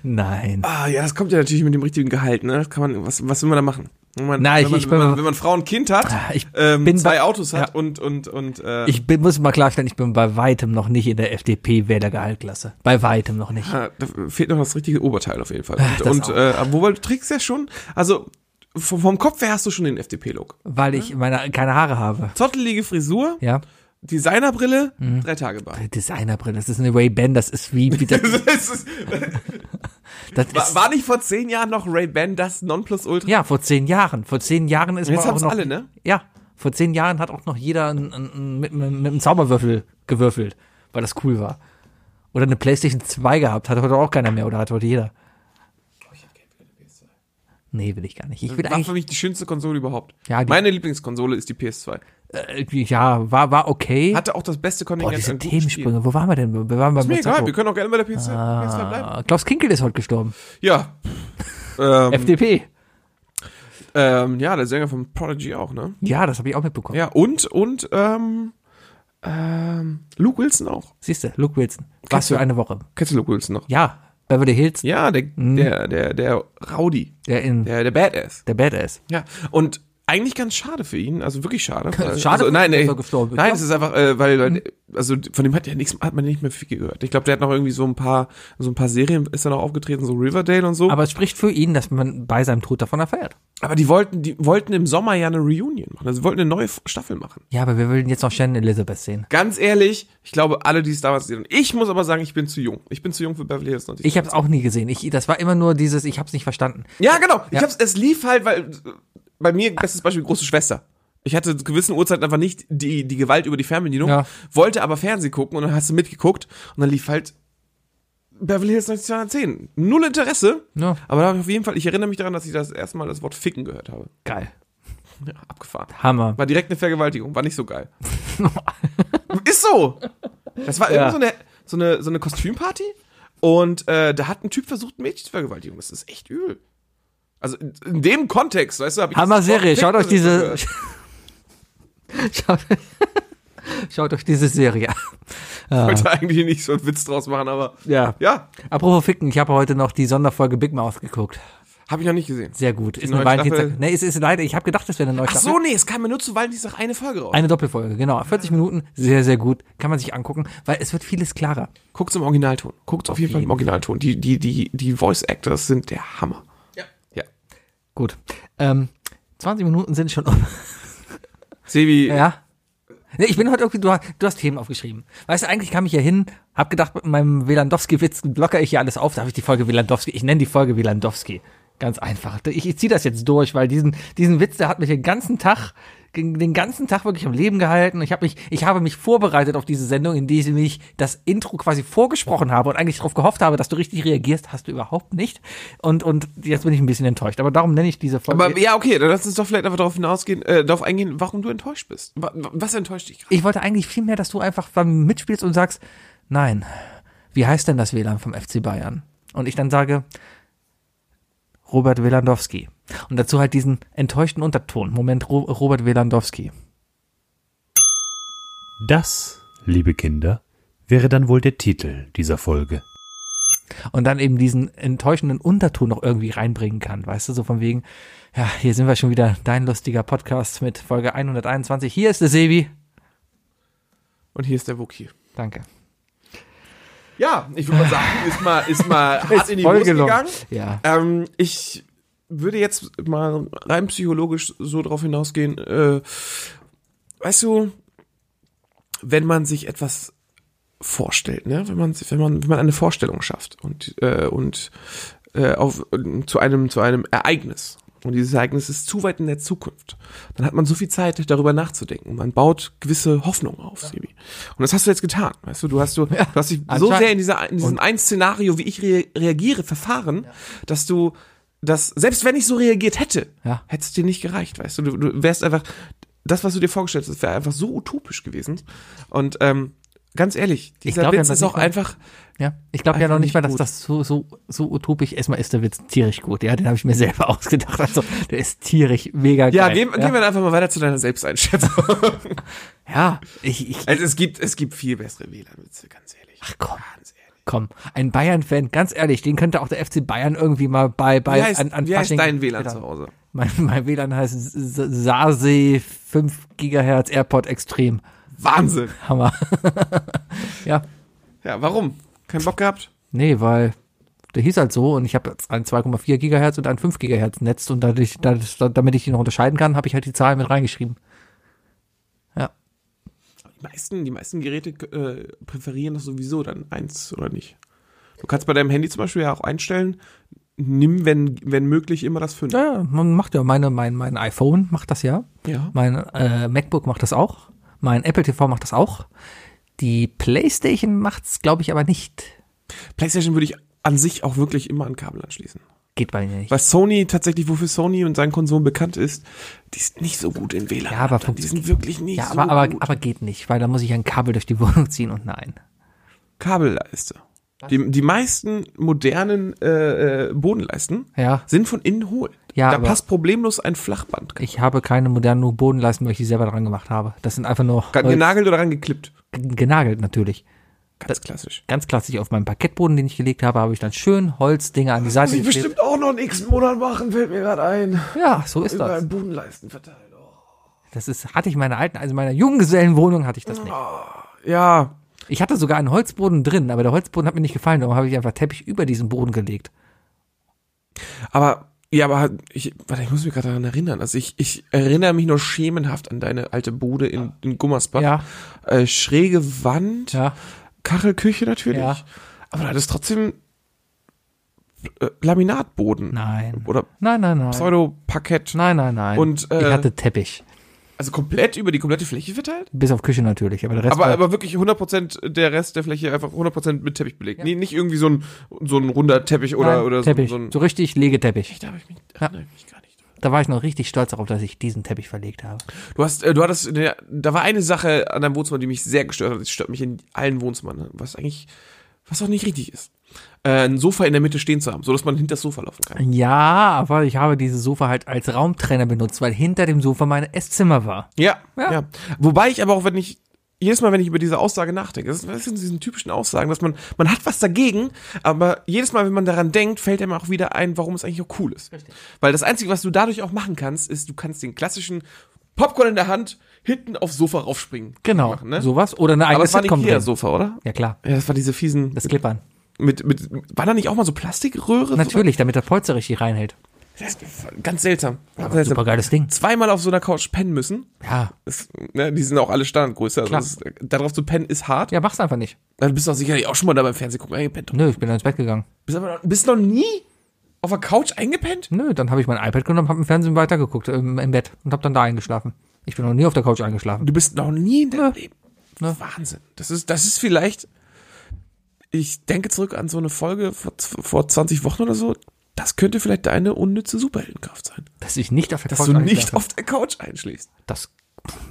S2: Nein.
S3: Ah, ja, das kommt ja natürlich mit dem richtigen Gehalt, ne? Das kann man, was, was will man da machen? Wenn man,
S2: Na,
S3: wenn,
S2: ich-
S3: man,
S2: ich
S3: wenn,
S2: bin- Ah,
S3: man, wenn man Frau und Kind hat,
S2: Ich
S3: ähm,
S2: bin
S3: zwei
S2: bei-
S3: Autos hat
S2: ja.
S3: und, und, und, äh,
S2: Ich bin, muss mal klarstellen, ich bin bei weitem noch nicht in der FDP-Wählergehaltklasse. Bei weitem noch nicht.
S3: ah, da fehlt noch das richtige Oberteil auf jeden Fall.
S2: Ah, das
S3: Und,
S2: auch.
S3: und äh, wobei du trägst ja schon, also vom, vom Kopf her hast du schon den FDP-Look.
S2: Weil ich meine, keine Haare habe.
S3: Zottelige Frisur,
S2: Ja. Mhm.
S3: Designerbrille, drei Tage Bart.
S2: Designerbrille, das ist eine Ray-Ban, das ist wie, wie das,
S3: Das ist-
S2: das
S3: war,
S2: ist,
S3: war nicht vor zehn Jahren noch Ray-Ban das Nonplusultra?
S2: ja, vor zehn Jahren. Vor zehn Jahren ist
S3: Jetzt
S2: man auch
S3: haben's
S2: noch,
S3: alle, ne?
S2: Ja, vor zehn Jahren hat auch noch jeder ein, ein, ein, mit, mit, mit einem Zauberwürfel gewürfelt, weil das cool war. Oder eine Playstation 2 gehabt, hat heute auch keiner mehr oder hat heute jeder.
S3: Oh,
S2: Nee, will ich gar nicht. Ich will
S3: War für
S2: eigentlich,
S3: mich die schönste Konsole überhaupt.
S2: Ja, die-
S3: Meine Lieblingskonsole ist die PS2.
S2: äh, ja, war, war okay.
S3: Hatte auch das beste
S2: Boah,
S3: Kontingent
S2: diese
S3: an guten Spielen.
S2: Themensprünge. Wo waren wir denn? Wir waren bei
S3: Ist mir egal,
S2: Mozart.
S3: wir Hm. können auch gerne bei der PS2, PS2 bleiben.
S2: Ah, Klaus Kinkel ist heute gestorben.
S3: Ja. ähm,
S2: FDP.
S3: ähm, ja, der Sänger von Prodigy auch, ne?
S2: Ja, das habe ich auch mitbekommen.
S3: Ja, und, und, ähm, ähm, Luke Wilson auch.
S2: Siehst du, Luke Wilson. Was
S3: du-
S2: für eine Woche.
S3: Kennst du Luke Wilson noch?
S2: Ja, Beverly Hills, Mhm.
S3: Ja, der, der, der, der Rowdy.
S2: der in
S3: Der, der Badass.
S2: der Badass.
S3: Ja. Und eigentlich ganz schade für ihn, also wirklich schade.
S2: Schade
S3: also,
S2: für
S3: nein,
S2: ihn, dass
S3: nee.
S2: er gestorben ist,
S3: nein,
S2: ja. Mhm.
S3: es ist einfach, äh, weil, weil also von dem hat ja nichts, hat man nicht mehr viel gehört. Ich glaube, der hat noch irgendwie so ein paar, so ein paar Serien ist dann auch aufgetreten, so Riverdale und so.
S2: Aber es spricht für ihn, dass man bei seinem Tod davon erfährt.
S3: Aber die wollten, die wollten im Sommer ja eine Reunion machen. Also sie wollten eine neue F- Staffel machen.
S2: Ja, aber wir würden jetzt noch Shannon Elizabeth sehen.
S3: Ganz ehrlich, ich glaube, alle, die es damals gesehen haben. Ich muss aber sagen, ich bin zu jung. Ich bin zu jung für Beverly Hills 90.
S2: Ich habe es auch nie gesehen. Ich, das war immer nur dieses, ich habe es nicht verstanden.
S3: ja, genau. Ich hab's, es lief halt, weil äh, bei mir, bestes Beispiel, große Schwester. Ich hatte zu gewissen Uhrzeiten einfach nicht die, die Gewalt über die Fernbedienung,
S2: Ja.
S3: wollte aber Fernsehen gucken und dann hast du mitgeguckt und dann lief halt Beverly Hills 1910. Null Interesse,
S2: Ja.
S3: aber da hab ich auf jeden Fall, ich erinnere mich daran, dass ich das erste Mal das Wort Ficken gehört habe.
S2: Geil.
S3: Ja, abgefahren.
S2: Hammer.
S3: War direkt eine Vergewaltigung, war nicht so geil. Ist so. Das war irgend so eine, so eine, so eine Kostümparty und äh, da hat ein Typ versucht, ein Mädchen zu vergewaltigen. Das ist echt übel. Also in, in dem Kontext, weißt du, habe ich das
S2: Hammer
S3: sofort
S2: Serie.
S3: direkt
S2: Schaut euch
S3: so
S2: diese.
S3: gehört.
S2: Schaut, schaut euch diese Serie an. Ah.
S3: Ich wollte eigentlich nicht so einen Witz draus machen, aber
S2: Ja.
S3: ja,
S2: Apropos Ficken, ich habe heute noch die Sonderfolge Big Mouth geguckt.
S3: habe ich noch nicht gesehen.
S2: Sehr gut. Ist eine
S3: neue
S2: Valentinstag.
S3: Staffel?
S2: Nee, es ist leider, ich habe gedacht, das wäre eine neue
S3: Ach
S2: Staffel.
S3: so, nee, es kam mir nur zu Valentinstag eine Folge raus.
S2: Eine Doppelfolge, genau. 40 Minuten, sehr, sehr gut. Kann man sich angucken, weil es wird vieles klarer.
S3: Guckt's im Originalton. Guckt's auf jeden Fall im Originalton. Die, die, die, die Voice Actors sind der Hammer. Ja. Ja.
S2: Gut. Ähm, 20 Minuten sind schon um.
S3: Sebi,
S2: Ja. Nee, ich bin heute irgendwie, du, hast- du hast Themen aufgeschrieben. Weißt du, eigentlich kam ich hier hin, hab gedacht, mit meinem Welandowski-Witz locker ich hier alles auf, da habe ich die Folge Welandowski, ich nenne die Folge Welandowski. Ganz einfach. Ich, ich ziehe das jetzt durch, weil diesen, diesen Witz, der hat mich den ganzen Tag, den ganzen Tag wirklich am Leben gehalten. Ich habe mich, ich habe mich vorbereitet auf diese Sendung, indem ich das Intro quasi vorgesprochen habe und eigentlich darauf gehofft habe, dass du richtig reagierst, hast du überhaupt nicht. Und, und jetzt bin ich ein bisschen enttäuscht. Aber darum nenne ich diese Folge.
S3: Aber ja, okay, dann lass uns doch vielleicht einfach darauf hinausgehen, äh, darauf eingehen, warum du enttäuscht bist. Wa- wa- Was enttäuscht dich gerade?
S2: Ich wollte eigentlich vielmehr, dass du einfach beim mitspielst und sagst, nein, wie heißt denn das WLAN vom FC Bayern? Und ich dann sage, Robert Welandowski. Und dazu halt diesen enttäuschten Unterton. Moment, Ro Robert Welandowski.
S4: Das, liebe Kinder, wäre dann wohl der Titel dieser Folge.
S2: Und dann eben diesen enttäuschenden Unterton noch irgendwie reinbringen kann. Weißt du, so von wegen, ja, hier sind wir schon wieder, dein lustiger Podcast mit Folge 121. Hier ist der Sebi.
S3: Und hier ist der Wookie.
S2: Danke.
S3: Ja, ich würde mal sagen, ist mal, ist mal hart in die
S2: voll
S3: Hose
S2: gelungen.
S3: gegangen.
S2: Ja.
S3: Ähm, ich würde jetzt mal rein psychologisch so drauf hinausgehen. Äh, weißt du, wenn man sich etwas vorstellt, ne? wenn man wenn man wenn man eine Vorstellung schafft und äh, und äh, auf, zu einem zu einem Ereignis und dieses Ereignis ist zu weit in der Zukunft, dann hat man so viel Zeit darüber nachzudenken. Man baut gewisse Hoffnungen auf, Sebi. Und das hast du jetzt getan, weißt du. Du hast du, du hast dich so
S2: anscheinend.
S3: sehr in, dieser, in diesem einen Szenario, wie ich re reagiere, verfahren, dass du das selbst wenn ich so reagiert hätte,
S2: Ja.
S3: hätte es dir nicht gereicht, weißt du. Du, du wärst einfach das, was du dir vorgestellt hast, wäre einfach so utopisch gewesen. Und ähm, ganz ehrlich, dieser
S2: glaub, wir haben
S3: Witz
S2: das
S3: ist auch
S2: nicht mal-
S3: einfach
S2: Ja, ich glaube ja
S3: Einfach
S2: noch nicht
S3: nicht
S2: mal, dass
S3: gut.
S2: das so, so, so utopisch Erstmal ist der Witz tierisch gut. Ja, den habe ich mir selber ausgedacht. Also, der ist tierisch mega
S3: Ja,
S2: geil.
S3: gehen, gehen wir einfach mal weiter zu deiner Selbsteinschätzung.
S2: ja, ich, ich,
S3: also es gibt, es gibt viel bessere WLAN-Witze, ganz ehrlich.
S2: ach komm,
S3: Ganz ehrlich.
S2: komm. Ein Bayern-Fan, ganz ehrlich, den könnte auch der FC Bayern irgendwie mal bei, bei,
S3: Wie heißt,
S2: an, an
S3: wie heißt
S2: Fasching- Genau.
S3: dein WLAN zu Hause?
S2: Mein, mein WLAN heißt Sase 5 Gigahertz Airport Extrem.
S3: Wahnsinn.
S2: Hammer. ja,
S3: Ja, warum? Kein Bock gehabt?
S2: nee, weil der hieß halt so und ich habe jetzt ein 2,4 Gigahertz und ein 5 Gigahertz Netz und dadurch, dadurch, damit ich die noch unterscheiden kann, habe ich halt die Zahlen mit reingeschrieben.
S3: Die meisten, die meisten Geräte äh, präferieren das sowieso dann eins oder nicht. Du kannst bei deinem Handy zum Beispiel ja auch einstellen, nimm, wenn, wenn möglich, immer das 5.
S2: Ja, man macht ja, meine, mein, mein iPhone macht das ja.
S3: Ja.
S2: Mein äh, MacBook macht das auch. Mein Apple TV macht das auch. Die PlayStation macht's, glaube ich, aber nicht.
S3: PlayStation würde ich an sich auch wirklich immer an Kabel anschließen.
S2: Geht bei mir nicht.
S3: Weil Sony tatsächlich, wofür Sony und sein Konsum bekannt ist, die ist nicht so gut in WLAN.
S2: Ja, aber
S3: Alter. die sind wirklich nicht
S2: Ja,
S3: so
S2: aber, aber,
S3: gut.
S2: aber geht nicht, weil da muss ich ein Kabel durch die Wohnung ziehen und nein.
S3: Kabelleiste. Die, die meisten modernen äh, äh, Bodenleisten
S2: Ja.
S3: sind von innen hohl.
S2: Ja,
S3: da
S2: aber-
S3: passt problemlos ein Flachband.
S2: Ich habe keine modernen Bodenleisten, weil ich die selber dran gemacht habe. Das sind einfach nur
S3: Genagelt oder rangeklippt.
S2: genagelt natürlich.
S3: Ganz klassisch.
S2: Ganz klassisch auf meinem Parkettboden, den ich gelegt habe, habe ich dann schön Holzdinger an die Seite
S3: Muss ich
S2: geklebt.
S3: bestimmt auch noch einen x Monat machen, fällt mir gerade ein.
S2: Ja, so ist
S3: Über
S2: das.
S3: einen Bodenleisten verteilt. Oh.
S2: Das ist, hatte ich in meiner alten, also in meiner Junggesellenwohnung hatte ich das nicht.
S3: Ja,
S2: Ich hatte sogar einen Holzboden drin, aber der Holzboden hat mir nicht gefallen, darum habe ich einfach Teppich über diesen Boden gelegt.
S3: aber ja, aber ich, warte, ich muss mich gerade daran erinnern. Also ich, ich erinnere mich nur schemenhaft an deine alte Bude in, in Gummersbach.
S2: Ja.
S3: Äh, schräge Wand,
S2: Ja.
S3: Kachelküche natürlich.
S2: Ja.
S3: Aber da ist trotzdem äh, Laminatboden.
S2: Nein.
S3: Oder
S2: Nein, nein, nein.
S3: Pseudoparkett.
S2: nein, nein, nein.
S3: Und, äh,
S2: ich hatte Teppich.
S3: Also komplett über die komplette Fläche verteilt?
S2: Bis auf Küche natürlich, aber der Rest
S3: Aber,
S2: war,
S3: aber wirklich 100% der Rest der Fläche einfach 100% mit Teppich belegt. Nee, nicht irgendwie so ein, so ein runder Teppich oder,
S2: nein,
S3: oder so,
S2: Teppich.
S3: so ein...
S2: so richtig Legeteppich.
S3: Da hab ich mich, erinnere ich mich gar nicht.
S2: Da war ich noch richtig stolz darauf, dass ich diesen Teppich verlegt habe.
S3: Du hast, äh, du hattest, in der, da war eine Sache an deinem Wohnzimmer, die mich sehr gestört hat. Das stört mich in allen Wohnzimmern, ne? was eigentlich, was auch nicht richtig ist. Äh, ein Sofa in der Mitte stehen zu haben, so dass man hinter das Sofa laufen kann.
S2: Ja, aber ich habe dieses Sofa halt als Raumtrenner benutzt, weil hinter dem Sofa mein Esszimmer war.
S3: Ja,
S2: Ja.
S3: ja. Wobei ich aber auch, wenn ich, jedes Mal, wenn ich über diese Aussage nachdenke, das ist- das sind diese typischen Aussagen, dass man, man hat was dagegen, aber jedes Mal, wenn man daran denkt, fällt einem auch wieder ein, warum es eigentlich auch cool ist. Weil das Einzige, was du dadurch auch machen kannst, ist, du kannst den klassischen Popcorn in der Hand hinten aufs Sofa raufspringen.
S2: Genau,
S3: Machen, ne?
S2: sowas oder eine
S3: Aber
S2: eigene
S3: es war ein
S2: Sitcom drin.
S3: Ikea-Sofa, oder?
S2: Ja klar,
S3: Ja, das war diese fiesen.
S2: das Klippern.
S3: mit, mit, war da nicht auch mal so Plastikröhre?
S2: Natürlich, damit der Polster richtig reinhält.
S3: Das war ganz seltsam. Ganz
S2: Aber
S3: seltsam.
S2: super geiles Ding.
S3: Zweimal auf so einer Couch pennen müssen.
S2: Ja,
S3: Das, ne, die sind auch alle Standardgröße. Also
S2: Klar.
S3: das, ist- darauf zu pennen ist hart.
S2: ja, mach's einfach nicht.
S3: Dann bist du auch sicherlich auch schon mal da beim Fernsehgucken eingepennt.
S2: Nö, ich bin dann ins Bett gegangen.
S3: Bist aber noch, bist noch nie auf der Couch eingepennt?
S2: Nö, dann habe ich mein iPad genommen, habe im Fernsehen weitergeguckt, im, im Bett und habe dann da eingeschlafen. Ich bin noch nie auf der Couch eingeschlafen.
S3: Du bist noch nie in deinem Leben.
S2: Ne.
S3: Wahnsinn. Das ist, das ist vielleicht. Ich denke zurück an so eine Folge vor, z- vor 20 Wochen oder so. Das könnte vielleicht deine unnütze Superheldenkraft sein.
S2: Dass ich nicht auf der
S3: Dass
S2: Couch
S3: du nicht
S2: eingeschlafen-
S3: auf der Couch einschläfst.
S2: Das,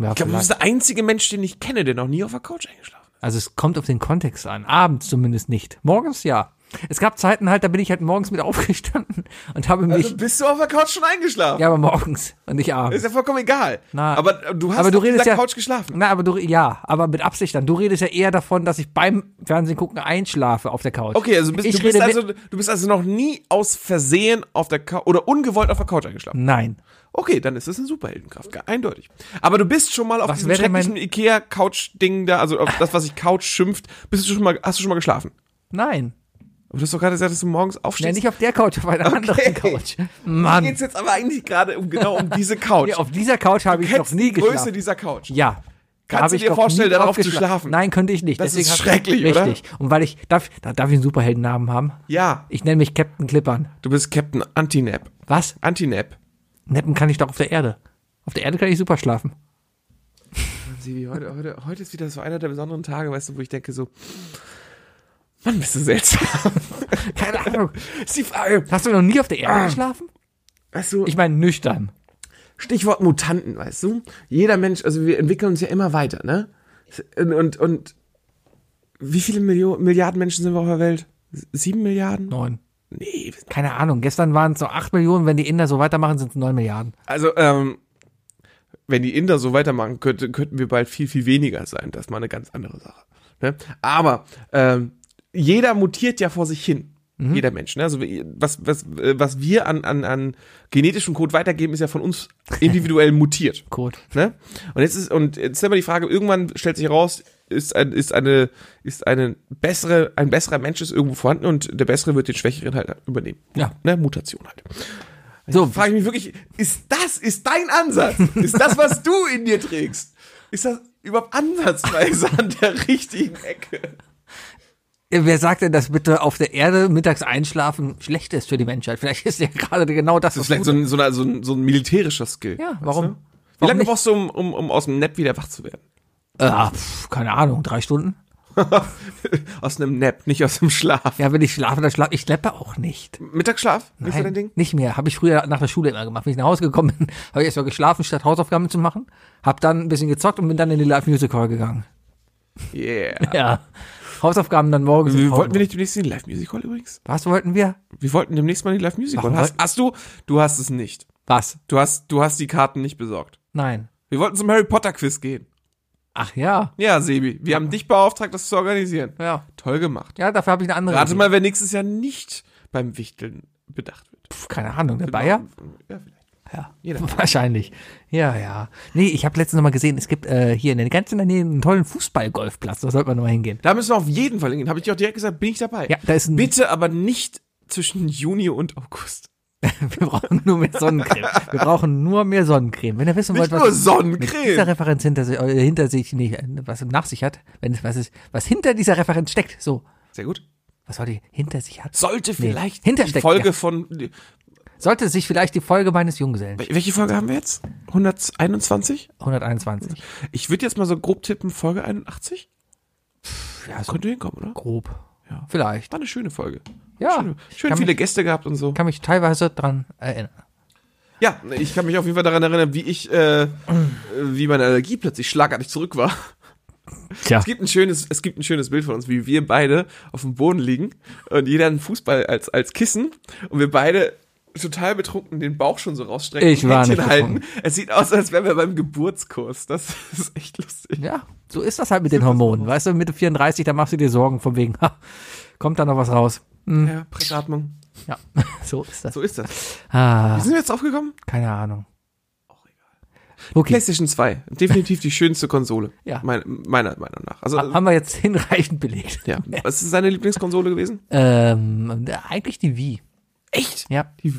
S2: ja,
S3: Ich glaube, du bist
S2: vielleicht.
S3: der einzige Mensch, den ich kenne, der noch nie auf der Couch eingeschlafen hat.
S2: Also es kommt auf den Kontext an. Abends zumindest nicht. Morgens ja. Es gab Zeiten halt, da bin ich halt morgens mit aufgestanden und habe mich.
S3: Also bist du auf der Couch schon eingeschlafen?
S2: ja, aber morgens und nicht abends.
S3: Ist ja vollkommen egal.
S2: Na,
S3: aber du hast
S2: aber du
S3: auf
S2: redest
S3: dieser
S2: ja,
S3: Couch geschlafen.
S2: Na, aber du, ja, aber mit Absicht dann. Du redest ja eher davon, dass ich beim Fernsehen gucken einschlafe auf der Couch.
S3: Okay, also du bist,
S2: ich
S3: du, bist
S2: rede
S3: also,
S2: mit-
S3: du bist also noch nie aus Versehen auf der Couch oder ungewollt auf der Couch eingeschlafen.
S2: Nein.
S3: Okay, dann ist es eine Superheldenkraft, gar- eindeutig. Aber du bist schon mal auf
S2: Was
S3: diesem
S2: wäre mein-
S3: schrecklichen Ikea-Couch-Ding da, also auf das, was sich Couch schimpft, bist du schon mal, hast du schon mal geschlafen?
S2: Nein.
S3: Aber du hast doch gerade gesagt, dass du morgens
S2: Ja,
S3: aufstehst.
S2: nicht auf der Couch, auf einer anderen Couch.
S3: Mir
S2: Mann.
S3: geht's jetzt aber eigentlich gerade um genau um diese Couch.
S2: Ja, auf dieser Couch habe ich noch
S3: Kennst
S2: nie
S3: die Größe
S2: geschlafen.
S3: dieser Couch.
S2: ja. Da
S3: Kannst
S2: habe
S3: du
S2: ich
S3: dir
S2: doch
S3: vorstellen,
S2: nie drauf
S3: darauf zu
S2: geschlafen.
S3: schlafen?
S2: Nein, könnte ich nicht.
S3: Das ist
S2: habe ich-
S3: schrecklich, oder?
S2: Richtig. Und weil ich, darf, da darf ich einen Superheldennamen haben?
S3: Ja.
S2: Ich nenne mich Captain Clippern.
S3: Du bist Captain Antinap.
S2: Was?
S3: Antinap.
S2: Neppen kann ich doch auf der Erde. Auf der Erde kann ich super schlafen.
S3: Sebi, heute, heute, heute ist wieder so einer der besonderen Tage, weißt du, wo ich denke so, Mann, bist du seltsam.
S2: Keine Ahnung.
S3: ist die Frage.
S2: Hast du noch nie auf der Erde geschlafen?
S3: Weißt du,
S2: Ich meine nüchtern.
S3: Stichwort Mutanten, weißt du? Jeder Mensch, also wir entwickeln uns ja immer weiter, ne? Und, und, und wie viele Millio Milliarden Menschen sind wir auf der Welt? Sieben Milliarden?
S2: Neun.
S3: Nee, wir sind
S2: Keine Ahnung. Gestern waren es so acht Millionen. Wenn die Inder so weitermachen, sind es neun Milliarden.
S3: Also, ähm, wenn die Inder so weitermachen könnte, könnten wir bald viel, viel weniger sein. Das ist mal eine ganz andere Sache. Ne? Aber ähm, jeder mutiert ja vor sich hin.
S2: Mhm.
S3: Jeder Mensch. Ne? Also wie- was, was, äh, was wir an, an, an genetischem Code weitergeben, ist ja von uns individuell mutiert.
S2: Gut.
S3: Ne? Und jetzt ist, und jetzt ist immer die Frage, irgendwann stellt sich heraus, ist ein, ist eine, ist eine bessere, ein besserer Mensch ist irgendwo vorhanden und der bessere wird den Schwächeren halt übernehmen.
S2: Ja.
S3: Ne? Mutation halt
S2: So,
S3: frage ich mich wirklich, ist das, ist dein Ansatz? Ist das, was du in dir trägst? Ist das überhaupt ansatzweise an der richtigen Ecke?
S2: wer sagt denn, dass bitte auf der Erde mittags einschlafen schlecht ist für die Menschheit? Vielleicht ist ja gerade genau das,
S3: Das ist
S2: was
S3: vielleicht so
S2: gut
S3: ein, so, ein- so ein, so ein militärischer Skill.
S2: Ja,
S3: weißt
S2: warum?
S3: du? Wie
S2: Warum
S3: lange
S2: nicht?
S3: brauchst du, um, um, um aus dem Nap wieder wach zu werden?
S2: Ah, pf, keine Ahnung, drei Stunden?
S3: aus einem Nap, nicht aus dem Schlaf.
S2: Ja, wenn ich schlafe, dann schlafe ich schleppe auch nicht.
S3: Mittagsschlaf? Nicht so dein Ding?
S2: Nicht mehr. Habe ich früher nach der Schule immer gemacht. Wenn ich nach Hause gekommen bin, habe ich erstmal geschlafen, statt Hausaufgaben zu machen. Hab dann ein bisschen gezockt und bin dann in die Live-Music-Hall gegangen.
S3: Yeah.
S2: Ja. Hausaufgaben dann morgens.
S3: Wir Äh, wollten wir nicht demnächst in die Live-Music Hall übrigens?
S2: Was wollten wir?
S3: Wir wollten demnächst mal in die Live-Music Hall.
S2: Warum
S3: Hast,
S2: wollten-
S3: hast du? Du hast es nicht.
S2: Was?
S3: Du hast, du hast die Karten nicht besorgt.
S2: Nein.
S3: Wir wollten zum Harry Potter Quiz gehen.
S2: Ach ja,
S3: Ja, Sebi, wir haben dich beauftragt, das zu organisieren.
S2: ja.
S3: Toll gemacht.
S2: Ja, dafür habe ich eine andere.
S3: Rate
S2: Idee.
S3: mal, wer nächstes Jahr nicht beim Wichteln bedacht wird.
S2: Pff, keine Ahnung, der Genau. Bayer?
S3: Ja, vielleicht.
S2: Ja,
S3: Jeder.
S2: wahrscheinlich. Ja, ja. Nee, ich habe letztens noch mal gesehen, es gibt äh, hier in der ganzen Nähe einen tollen Fußballgolfplatz, da sollte man noch mal hingehen.
S3: Da müssen wir auf jeden Fall hingehen. Habe ich dir auch direkt gesagt, bin ich dabei.
S2: Ja, da ist ein-
S3: Bitte aber nicht zwischen Juni und August.
S2: Wir brauchen nur mehr Sonnencreme. Wir brauchen nur mehr Sonnencreme. Wenn ihr wissen wollt,
S3: Nicht
S2: was
S3: nur
S2: mit
S3: Sonnencreme.
S2: dieser Referenz hinter sich, äh, hinter sich nee, was nach sich hat, wenn es was ist, was hinter dieser Referenz steckt, so,
S3: Sehr gut.
S2: was sollte hinter sich hat?
S3: Sollte vielleicht die
S2: hintersteckt,
S3: Folge
S2: ja.
S3: von.
S2: Sollte sich vielleicht die Folge meines Junggesellen
S3: Welche Folge haben wir jetzt? 121?
S2: 121
S3: Ich würde jetzt mal so grob tippen, Folge 81? Ja, so Könnte hinkommen, oder?
S2: grob.
S3: Ja.
S2: Vielleicht.
S3: War eine schöne Folge.
S2: Ja.
S3: Schöne, schön
S2: Kann
S3: viele
S2: mich-
S3: Gäste gehabt und so.
S2: Kann mich teilweise dran erinnern.
S3: Ja, ich kann mich auf jeden Fall daran erinnern, wie ich, äh, äh, wie meine Allergie plötzlich schlagartig zurück war.
S4: Tja,
S3: Es gibt ein schönes, es gibt ein schönes Bild von uns, wie wir beide auf dem Boden liegen und jeder einen Fußball als, als Kissen und wir beide total betrunken den Bauch schon so rausstrecken
S2: Ich
S3: und
S2: war
S3: Händchen
S2: nicht
S3: halten. Es sieht aus, als wären wir beim Geburtskurs. Das ist echt lustig.
S2: Ja, so ist das halt mit den Hormonen. Weißt du, Mitte 34, da machst du dir Sorgen von wegen, ha, kommt da noch was raus.
S3: Ja, Presseatmung.
S2: Ja, so ist das.
S3: So ist das. Wie
S2: Ah,
S3: sind wir jetzt draufgekommen?
S2: keine Ahnung. Okay,
S3: PlayStation 2. Definitiv die schönste Konsole.
S2: Ja.
S3: Mein, meiner Meinung nach. Also,
S2: ha- haben wir jetzt hinreichend belegt.
S3: ja. Was ist seine Lieblingskonsole gewesen?
S2: Ähm, eigentlich die Wii.
S3: Äh, Echt?
S2: Ja,
S3: Die,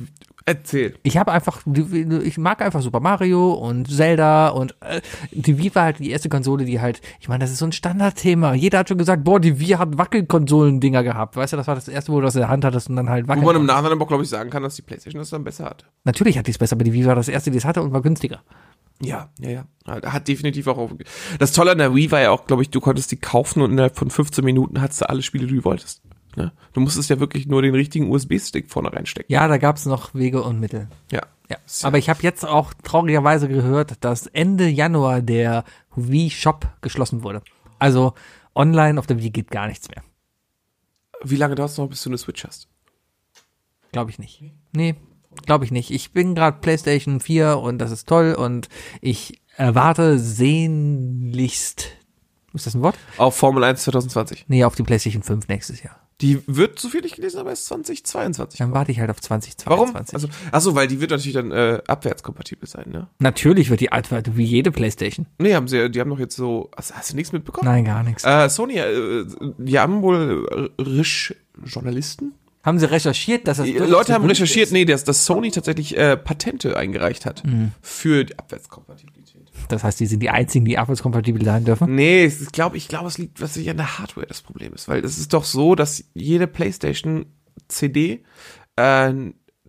S3: erzähl.
S2: ich habe einfach, ich mag einfach Super Mario und Zelda und äh, die Wii war halt die erste Konsole, die halt, ich meine, das ist so ein Standardthema. Jeder hat schon gesagt, boah, die Wii hat Wackelkonsolen-Dinger gehabt. Weißt du, das war das erste, wo du das in der Hand hattest und dann halt
S3: Wo man im
S2: wackeln.
S3: Nachhinein aber, glaube ich, sagen kann, dass die PlayStation das dann besser hat.
S2: Natürlich hat die es besser, aber die Wii war das erste, die es hatte und war günstiger.
S3: Ja, ja, ja. Hat hat definitiv auch. auf- Das Tolle an der Wii war ja auch, glaube ich, du konntest die kaufen und innerhalb von 15 Minuten hattest du alle Spiele, die du wolltest. Ne? Du musstest ja wirklich nur den richtigen USB-Stick vorne reinstecken.
S2: Ja, da gab es noch Wege und Mittel.
S3: Ja.
S2: Ja.
S3: Ist
S2: Aber ich habe jetzt auch traurigerweise gehört, dass Ende Januar der Wii Shop geschlossen wurde. Also online auf der Wii geht gar nichts mehr.
S3: Wie lange dauert es noch, bis du eine Switch hast?
S2: Glaube ich nicht. Nee, glaube ich nicht. Ich bin gerade PlayStation 4 und das ist toll und ich erwarte sehnlichst. Ist das ein Wort?
S3: Auf Formel 1 2020.
S2: Nee, auf die PlayStation 5 nächstes Jahr.
S3: Die wird, so viel ich gelesen habe, erst 2022.
S2: Dann warte ich halt auf 2022.
S3: Warum? Also, achso, weil die wird natürlich dann äh, abwärtskompatibel sein, ne?
S2: Natürlich wird die altwerte wie jede PlayStation.
S3: Nee, haben sie ja, die haben doch jetzt so. Hast, hast du nichts mitbekommen?
S2: Nein, gar nichts.
S3: Äh, Sony, äh, die haben wohl äh, risch Journalisten?
S2: haben sie recherchiert, dass das
S3: Die
S2: durchaus
S3: Leute haben
S2: gewünscht
S3: recherchiert, nee, dass, dass Sony tatsächlich äh, Patente eingereicht hat
S2: Mhm.
S3: für die Abwärtskompatibilität.
S2: ist? Das heißt, die sind die einzigen, die abwärtskompatibel sein dürfen.
S3: Nee, es ist- glaub, ich glaube, es liegt was an der Hardware das Problem ist, weil es ist doch so, dass jede PlayStation CD äh,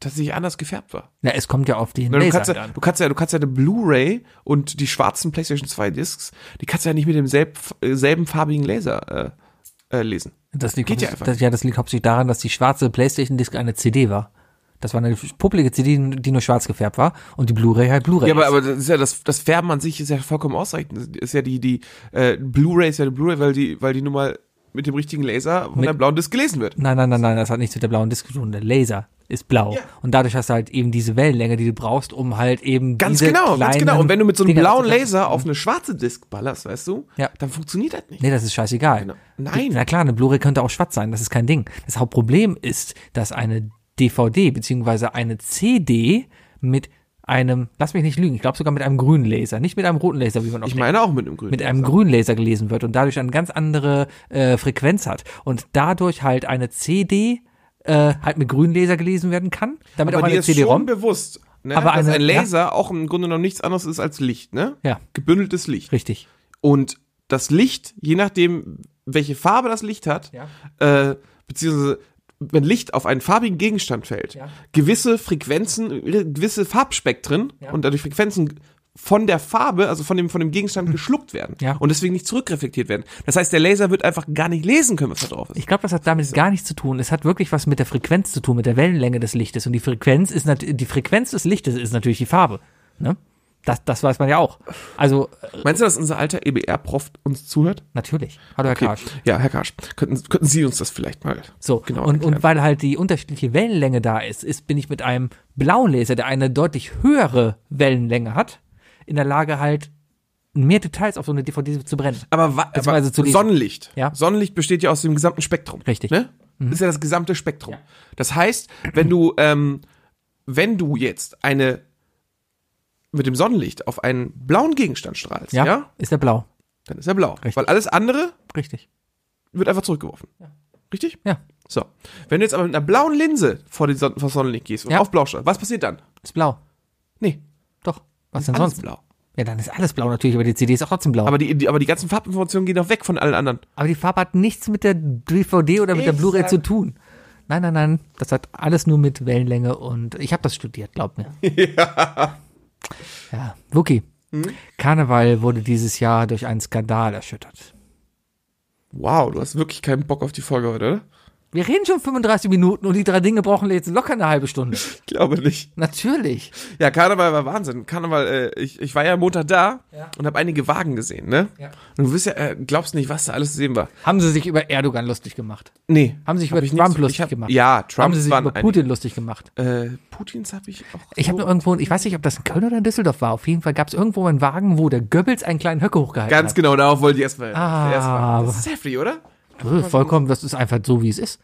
S3: tatsächlich anders gefärbt war.
S2: Na, es kommt ja auf den
S3: Na, Du
S2: Laser
S3: kannst, ja,
S2: an.
S3: du kannst ja, du kannst ja eine Blu-ray und die schwarzen PlayStation 2 Discs, die kannst du ja nicht mit demselben äh, selben farbigen Laser äh, äh, lesen.
S2: Das liegt
S3: Geht ja
S2: hauptsächlich-
S3: einfach
S2: das, ja, das liegt hauptsächlich daran, dass die schwarze Playstation-Disc eine CD war. Das war eine publige CD, die nur schwarz gefärbt war und die Blu-ray halt Blu-ray.
S3: Ja, aber,
S2: ist.
S3: aber das, ist ja das, das Färben an sich ist ja vollkommen ausreichend. Das Ist ja die, die äh, Blu-ray ist ja eine Blu-ray, weil die, weil die nun mal mit dem richtigen Laser von
S2: Mit-
S3: der blauen Disc gelesen wird.
S2: nein, nein, nein, nein, das hat nichts mit der blauen Disc zu tun. Der Laser ist blau und dadurch hast du halt eben diese Wellenlänge, die du brauchst, um halt eben
S3: Ganz
S2: diese
S3: genau, ganz
S2: kleinen
S3: genau. Und wenn du mit so einem
S2: Dinger
S3: blauen
S2: zu-
S3: Laser auf eine schwarze Disc ballerst, weißt du,
S2: Mhm. Ja.
S3: dann funktioniert das nicht.
S2: Nee, das ist scheißegal.
S3: Genau. Nein.
S2: Na klar, eine Blu-ray könnte auch schwarz sein, das ist kein Ding. Das Hauptproblem ist, dass eine DVD beziehungsweise eine CD mit einem, lass mich nicht lügen, ich glaube sogar mit einem grünen Laser, nicht mit einem roten Laser, wie man oft
S3: Ich meine auch mit einem grünen.
S2: mit einem grünen Laser gelesen wird und dadurch eine ganz andere äh, Frequenz hat und dadurch halt eine CD äh, halt mit grünen Laser gelesen werden kann, damit auch
S3: aber dir
S2: eine
S3: ist schon
S2: CD-ROM.
S3: bewusst, ne,
S2: Aber
S3: dass
S2: eine-
S3: ein Laser auch im Grunde genommen nichts anderes ist als Licht, ne?
S2: Ja.
S3: Gebündeltes Licht.
S2: Richtig.
S3: Und das Licht, je nachdem, welche Farbe das Licht hat,
S2: Ja.
S3: äh, beziehungsweise wenn Licht auf einen farbigen Gegenstand fällt,
S2: Ja.
S3: gewisse Frequenzen, äh, gewisse Farbspektren
S2: Ja.
S3: und dadurch Frequenzen von der Farbe, also von dem, von dem Gegenstand geschluckt werden
S2: Ja.
S3: und deswegen nicht zurückreflektiert werden. Das heißt, der Laser wird einfach gar nicht lesen können, was da drauf ist.
S2: Ich glaube, das hat damit gar nichts zu tun. Es hat wirklich was mit der Frequenz zu tun, mit der Wellenlänge des Lichtes. Und die Frequenz ist nat- die Frequenz des Lichtes ist natürlich die Farbe. Ne? Das, das weiß man ja auch. Also äh,
S3: Meinst du, dass unser alter E EBR-Prof uns zuhört?
S2: natürlich. Hallo Herr Karsch.
S3: Ja, Herr Karsch, könnten, könnten Sie uns das vielleicht mal
S2: So,
S3: genau
S2: und,
S3: erklären?
S2: und weil halt die unterschiedliche Wellenlänge da ist, ist, bin ich mit einem blauen Laser, der eine deutlich höhere Wellenlänge hat, in der Lage halt mehr Details auf so eine DVD zu brennen.
S3: Aber, wa- aber
S2: Beziehungsweise zu lesen.
S3: Sonnenlicht.
S2: Ja.
S3: Sonnenlicht besteht ja aus dem gesamten Spektrum.
S2: Richtig. Mhm.
S3: Ne? Ist ja das gesamte Spektrum. Das heißt, wenn du, ähm, wenn du jetzt eine mit dem Sonnenlicht auf einen blauen Gegenstand strahlst, ja,
S2: Ja, ist der blau.
S3: dann ist er blau. Weil alles andere
S2: Richtig.
S3: wird einfach zurückgeworfen. Richtig?
S2: Ja,
S3: So. Wenn du jetzt aber mit einer blauen Linse vor den Son vor das Sonnenlicht gehst und
S2: Ja.
S3: auf blau strahlst, was passiert dann?
S2: ist blau.
S3: Nee,
S2: Doch. Was denn
S3: alles
S2: sonst?
S3: blau.
S2: Ja, dann ist alles blau natürlich, aber die CD ist auch trotzdem blau.
S3: Aber die, die, aber die ganzen Farbinformationen gehen auch weg von allen anderen.
S2: Aber die Farbe hat nichts mit der DVD oder mit der
S3: Ich
S2: Blu-ray
S3: sag-
S2: zu tun. Nein, nein, nein. Das hat alles nur mit Wellenlänge und ich habe das studiert, glaub mir. ja. Ja, Wookie.
S3: Hm?
S2: Karneval wurde dieses Jahr durch einen Skandal erschüttert.
S3: Wow, du hast wirklich keinen Bock auf die Folge heute, oder?
S2: Wir reden schon 35 Minuten und die drei Dinge brauchen jetzt locker eine halbe Stunde.
S3: Ich glaube nicht.
S2: Natürlich.
S3: Ja, Karneval war Wahnsinn. Karneval, äh, ich, ich war ja Montag da und habe einige Wagen gesehen, ne?
S2: Ja.
S3: Und du wirst ja, äh, glaubst nicht, was da alles zu sehen war.
S2: Haben sie sich über Erdogan lustig gemacht?
S3: Nee.
S2: Haben sie sich über
S3: ich
S2: Trump
S3: nicht so-
S2: lustig
S3: ich hab,
S2: gemacht?
S3: Ja, Trump
S2: Haben sie sich
S3: waren
S2: über Putin lustig gemacht?
S3: Ein, äh, Putins habe ich auch.
S2: Ich habe
S3: so-
S2: nur irgendwo, ich weiß nicht, ob das in Köln oder in Düsseldorf war. Auf jeden Fall gab es irgendwo einen Wagen, wo der Goebbels einen kleinen Höcke hochgehalten
S3: Ganz genau, darauf wollte ich erstmal.
S2: Ah.
S3: erstmal. Das ist heftig, oder?
S2: Äh, vollkommen, das ist einfach so, wie es ist.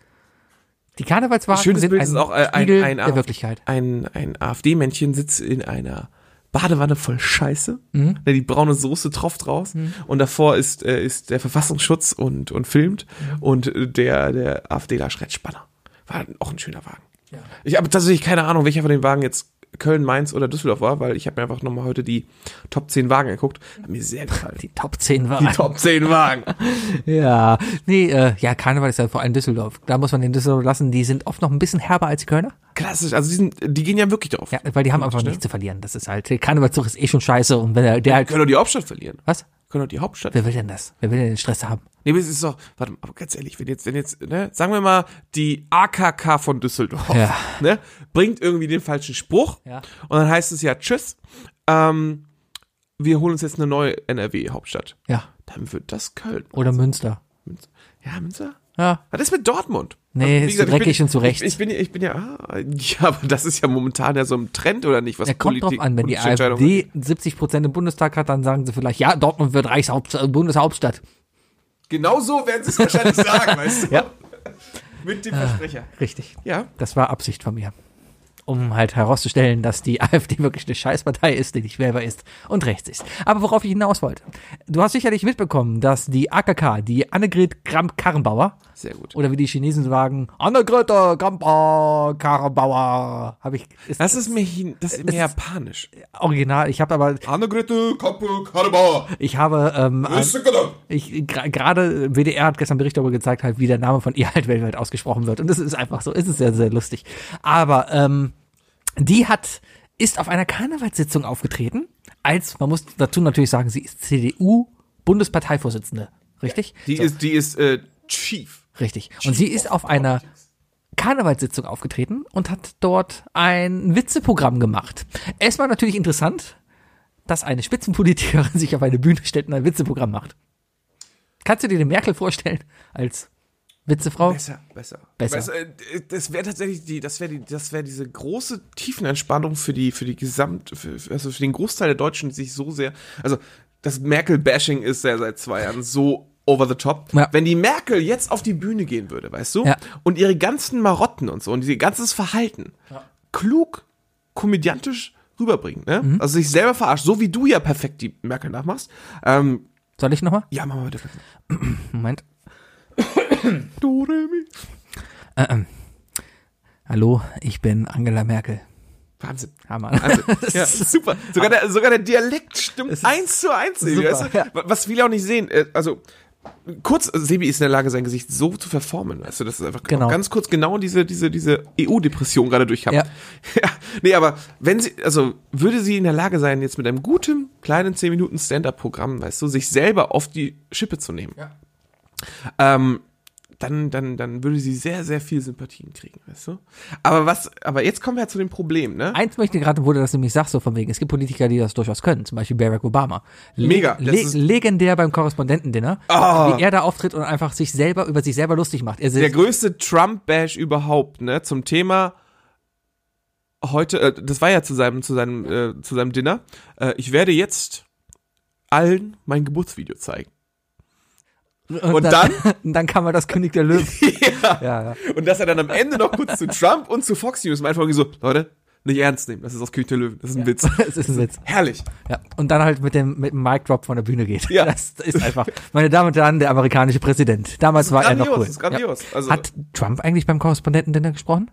S2: Die Karnevalswagen
S3: Schönes
S2: sind
S3: Bild
S2: ein
S3: ist auch, äh, ein-
S2: Spiegel
S3: ein
S2: der
S3: Abend.
S2: Wirklichkeit.
S3: Ein, ein AfD-Männchen sitzt in einer Badewanne voll Scheiße.
S2: Mhm.
S3: Ne, Die braune Soße tropft raus. Und davor ist, äh, ist der Verfassungsschutz und, und filmt.
S2: Mhm.
S3: Und äh, der, der AfDler schreit Spanner. War auch ein schöner Wagen. Ich habe tatsächlich keine Ahnung, welcher von den Wagen jetzt Köln, Mainz oder Düsseldorf war, weil ich habe mir einfach nochmal heute die Top 10 Wagen geguckt. Hat mir sehr gefallen.
S2: Die Top 10
S3: Die
S2: waren.
S3: Top 10 Wagen.
S2: Ja, nee, äh, ja, Karneval ist ja vor allem Düsseldorf. Da muss man den Düsseldorf lassen, die sind oft noch ein bisschen herber als die Kölner.
S3: Klassisch. Also die, sind, die gehen ja wirklich drauf.
S2: Ja, weil die haben einfach nichts zu verlieren. Das ist halt, der Karnevalzug ist eh schon scheiße und wenn der, der halt,
S3: Können doch die Hauptstadt verlieren.
S2: was?
S3: Können doch die Hauptstadt
S2: Wer will denn das? Wer will denn den Stress haben?
S3: Nee, aber es ist doch, warte mal, aber ganz ehrlich, wenn jetzt, wenn jetzt, ne, sagen wir mal, die AKK von Düsseldorf,
S2: Ja.
S3: ne, bringt irgendwie den falschen Spruch
S2: Ja.
S3: und dann heißt es ja, tschüss, ähm, wir holen uns jetzt eine neue NRW-Hauptstadt.
S2: Ja,
S3: Dann wird das Köln.
S2: oder Münster.
S3: Münz- Ja, Münster?
S2: Ja,
S3: Was ist mit Dortmund? Also,
S2: Nee,
S3: wie
S2: ist dreckig
S3: ich bin,
S2: und zu Recht.
S3: Ich bin, ich bin ja, ah, ja, aber das ist ja momentan ja so ein Trend, oder nicht? Was
S2: er kommt drauf an, wenn die
S3: politische Entscheidungen
S2: AfD 70 Prozent im Bundestag hat, dann sagen sie vielleicht, ja, Dortmund wird Reichshaupt Bundeshauptstadt.
S3: Genau so werden sie es wahrscheinlich sagen, weißt du?
S2: Ja. Ah.
S3: Mit dem Versprecher.
S2: Richtig.
S3: Ja.
S2: Das war Absicht von mir. Um halt herauszustellen, dass die AfD wirklich eine Scheißpartei ist, die nicht wählbar ist und rechts ist. Aber worauf ich hinaus wollte. Du hast sicherlich mitbekommen, dass die AKK, die Annegret Kramp-Karrenbauer,
S3: Sehr gut.
S2: oder wie die Chinesen sagen, Annegret Kramp-Karrenbauer, habe ich, ist
S3: Das ist mir, hin, Äh, das ist mir japanisch.
S2: original, ich habe aber,
S3: Annegrete Kappe Karaba.
S2: ich habe, ähm,
S3: Ah,
S2: ich, gra- gerade äh, WDR hat gestern Bericht darüber gezeigt, halt, wie der Name von ihr halt weltweit ausgesprochen wird. Und das ist einfach so, es ist sehr, sehr lustig. Aber ähm, die hat, ist auf einer Karnevalssitzung aufgetreten, als, man muss dazu natürlich sagen, sie ist CDU-Bundesparteivorsitzende. Richtig?
S3: Die ist, die ist äh, Chief.
S2: Richtig. Und sie ist auf einer Karnevalssitzung aufgetreten und hat dort ein Witzeprogramm gemacht. Erstmal natürlich interessant, dass eine Spitzenpolitikerin sich auf eine Bühne stellt und ein Witzeprogramm macht. Kannst du dir den Merkel vorstellen als Witzefrau?
S3: Besser, besser,
S2: Besser.
S3: äh, Das wäre tatsächlich die, das wäre die, das wäre diese große Tiefenentspannung für die, für die Gesamt, für, für- also für den Großteil der Deutschen, die sich so sehr, also das Merkel-Bashing ist ja seit zwei Jahren so over the top.
S2: Ja.
S3: Wenn die Merkel jetzt auf die Bühne gehen würde, weißt du,
S2: Ja.
S3: und ihre ganzen Marotten und so und ihr ganzes Verhalten klug, komödiantisch rüberbringen, ne?
S2: Mhm.
S3: Also sich selber verarscht, so wie du ja perfekt die Merkel nachmachst. Ähm,
S2: Soll ich nochmal?
S3: Ja, mach mal bitte.
S2: Moment.
S3: Do, re, mi.
S2: Hallo, ich bin Angela Merkel.
S3: Wahnsinn.
S2: Hammer.
S3: Wahnsinn. Also, ja, super. Sogar der, sogar der Dialekt stimmt eins zu eins. Sebi,
S2: super,
S3: weißt du?
S2: ja.
S3: Was viele auch nicht sehen. äh, Also, kurz, Sebi ist in der Lage, sein Gesicht so zu verformen. Weißt du, das ist einfach
S2: Genau.
S3: ganz kurz genau diese, diese, diese EU-Depression gerade durchhaben.
S2: Ja.
S3: ja. Nee, aber wenn sie, also, würde sie in der Lage sein, jetzt mit einem guten, kleinen 10-Minuten-Stand-Up-Programm, weißt du, sich selber auf die Schippe zu nehmen. Ähm, dann, dann, dann würde sie sehr, sehr viel Sympathien kriegen, weißt du? Aber was, aber jetzt kommen wir ja zu dem Problem, ne?
S2: Eins möchte ich gerade, wo du das nämlich sagst, so von wegen, es gibt Politiker, die das durchaus können, zum Beispiel Barack Obama. Le
S3: Mega, das
S2: Le
S3: ist- Ah.
S2: legendär beim Korrespondentendinner, wie er da auftritt und einfach sich selber über sich selber lustig macht. Er
S3: Der
S2: sitzt,
S3: größte Trump-Bash überhaupt, ne? Zum Thema heute, äh, das war ja zu seinem, zu seinem, äh, zu seinem Dinner. Äh, ich werde jetzt allen mein Geburtsvideo zeigen.
S2: Und,
S3: dann-
S2: und dann kam mal das König der Löwen. ja, ja.
S3: Und dass er dann am Ende noch kurz zu Trump und zu Fox News meint, irgendwie so, Leute, nicht ernst nehmen, das ist aus König der Löwen, das ist ein Witz.
S2: Es ist ein Witz.
S3: Herrlich.
S2: Ja. Und dann halt mit dem, mit dem Mic Drop von der Bühne geht.
S3: Ja.
S2: Das ist einfach, meine Damen und Herren, der amerikanische Präsident. Damals war er noch
S3: grandios,
S2: cool.
S3: ist grandios.
S2: Ja.
S3: Also-
S2: Hat Trump eigentlich beim Korrespondenten denn da gesprochen?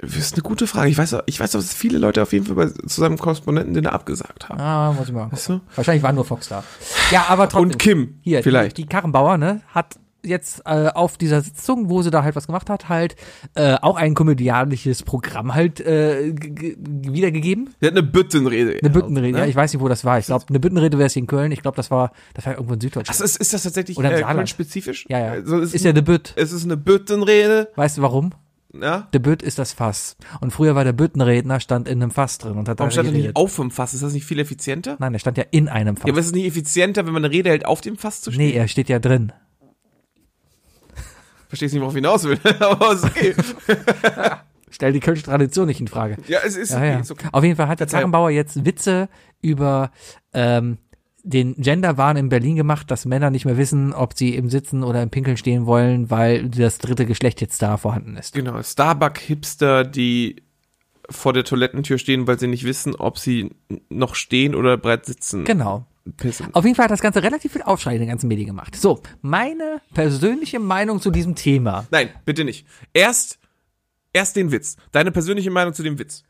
S3: Das ist eine gute Frage. Ich weiß, ich weiß, dass viele Leute auf jeden Fall bei, zu seinem Korrespondenten den er abgesagt haben.
S2: Ah, muss ich mal angucken.
S3: Achso.
S2: Wahrscheinlich war nur Fox da. Ja, aber trotzdem.
S3: Und Kim,
S2: Hier,
S3: vielleicht.
S2: Die, die Karrenbauer, ne, hat jetzt äh, auf dieser Sitzung, wo sie da halt was gemacht hat, halt äh, auch ein komödiantisches Programm halt äh, g- g- wiedergegeben.
S3: Der hat eine Büttenrede. ne?
S2: Eine Büttenrede, ja, ich weiß nicht, wo das war. Ich glaube, eine Büttenrede wäre es hier in Köln. Ich glaube, das war, das war irgendwo in Süddeutschland.
S3: Also ist, ist das tatsächlich
S2: Oder im
S3: äh,
S2: Saarland.
S3: Köln-spezifisch?
S2: Ja, ja.
S3: Also es,
S2: ist ja eine Bütt.
S3: es ist eine Büttenrede,
S2: Weißt du warum?
S3: ja?
S2: Der Bütt ist das Fass. Und früher war der Büttenredner, stand in einem Fass drin und hat
S3: Warum
S2: da
S3: stand er
S2: geredet.
S3: nicht auf dem Fass? Ist das nicht viel effizienter?
S2: Nein, er stand ja in einem Fass.
S3: Ja, aber ist es nicht effizienter, wenn man eine Rede hält, auf dem Fass zu stehen?
S2: nee, er steht ja drin.
S3: Verstehst nicht, worauf ich hinaus will, aber ist okay.
S2: Stell die kölsche Tradition nicht in Frage.
S3: Ja, es ist,
S2: Ah, Ja,
S3: okay,
S2: ja.
S3: ist okay.
S2: Auf jeden Fall hat der
S3: Verzeihung.
S2: Karrenbauer jetzt Witze über ähm, den Genderwahn in Berlin gemacht, dass Männer nicht mehr wissen, ob sie im Sitzen oder im Pinkeln stehen wollen, weil das dritte Geschlecht jetzt da vorhanden ist.
S3: Genau, Starbuck-Hipster, die vor der Toilettentür stehen, weil sie nicht wissen, ob sie n- noch stehen oder breit sitzen.
S2: Genau.
S3: Pissen.
S2: Auf jeden Fall hat das Ganze relativ viel Aufschrei in den ganzen Medien gemacht. So, meine persönliche Meinung zu diesem Thema.
S3: Nein, bitte nicht. Erst, erst den Witz. Deine persönliche Meinung zu dem Witz.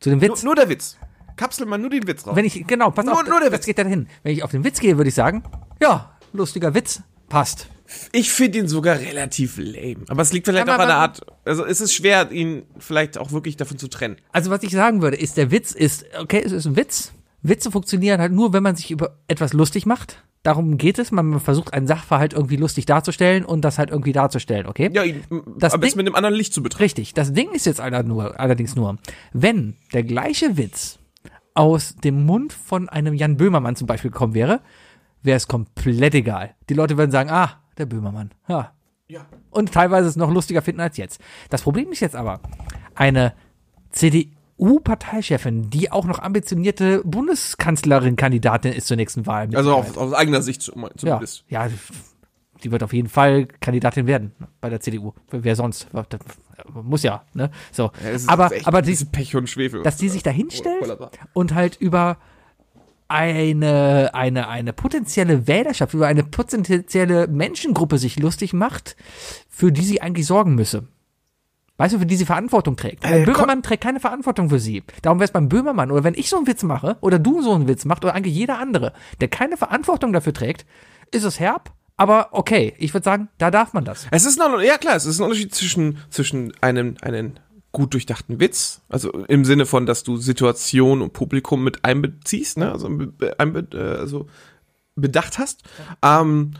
S2: Zu dem
S3: Nur,
S2: Witz.
S3: nur der Witz. Kapsel mal nur den Witz raus.
S2: Wenn ich, genau, pass
S3: Nur-
S2: auf,
S3: nur der
S2: das
S3: Witz.
S2: geht dann hin. Wenn ich auf den Witz gehe, würde ich sagen, ja, lustiger Witz, passt.
S3: Ich finde ihn sogar relativ lame. Aber es liegt vielleicht
S2: Ja,
S3: auch
S2: aber-
S3: an der Art. Also es ist schwer, ihn vielleicht auch wirklich davon zu trennen.
S2: Also was ich sagen würde, ist der Witz ist, okay, es ist ein Witz. Witze funktionieren halt nur, wenn man sich über etwas lustig macht. Darum geht es. Man versucht einen Sachverhalt irgendwie lustig darzustellen und das halt irgendwie darzustellen, okay?
S3: Ja, ihn,
S2: Das
S3: aber jetzt
S2: Ding-
S3: mit einem anderen Licht zu betrachten.
S2: Richtig. Das Ding ist jetzt aller nur, allerdings nur, wenn der gleiche Witz aus dem Mund von einem Jan Böhmermann zum Beispiel gekommen wäre, wäre es komplett egal. Die Leute würden sagen, ah, der Böhmermann. Ha. Und teilweise es noch lustiger finden als jetzt. Das Problem ist jetzt aber, eine CDU-Parteichefin, die auch noch ambitionierte Bundeskanzlerin-Kandidatin ist zur nächsten Wahl. mit
S3: Also
S2: Sicherheit.
S3: auf, aus eigener Sicht zum-
S2: Ja,
S3: zumindest.
S2: ja, die wird auf jeden Fall Kandidatin werden bei der CDU. Wer sonst? Das muss ja, ne? So.
S3: Es ist
S2: aber
S3: echt
S2: aber
S3: ein
S2: die,
S3: bisschen Pech und Schwefel.
S2: dass die sich da hinstellt
S3: Wunderbar.
S2: und halt über eine, eine, eine potenzielle Wählerschaft, über eine potenzielle Menschengruppe sich lustig macht, für die sie eigentlich sorgen müsse. Weißt du, für die sie Verantwortung trägt. Ein Böhmermann trägt keine Verantwortung für sie. Darum wäre es beim Böhmermann oder wenn ich so einen Witz mache oder du so einen Witz machst oder eigentlich jeder andere, der keine Verantwortung dafür trägt, ist es herb, aber okay, ich würde sagen, da darf man das.
S3: Es ist ein, ja klar, es ist ein Unterschied zwischen, zwischen einem, einem gut durchdachten Witz, also im Sinne von, dass du Situation und Publikum mit einbeziehst, ne? also, be- einbe, äh, also bedacht hast, ähm,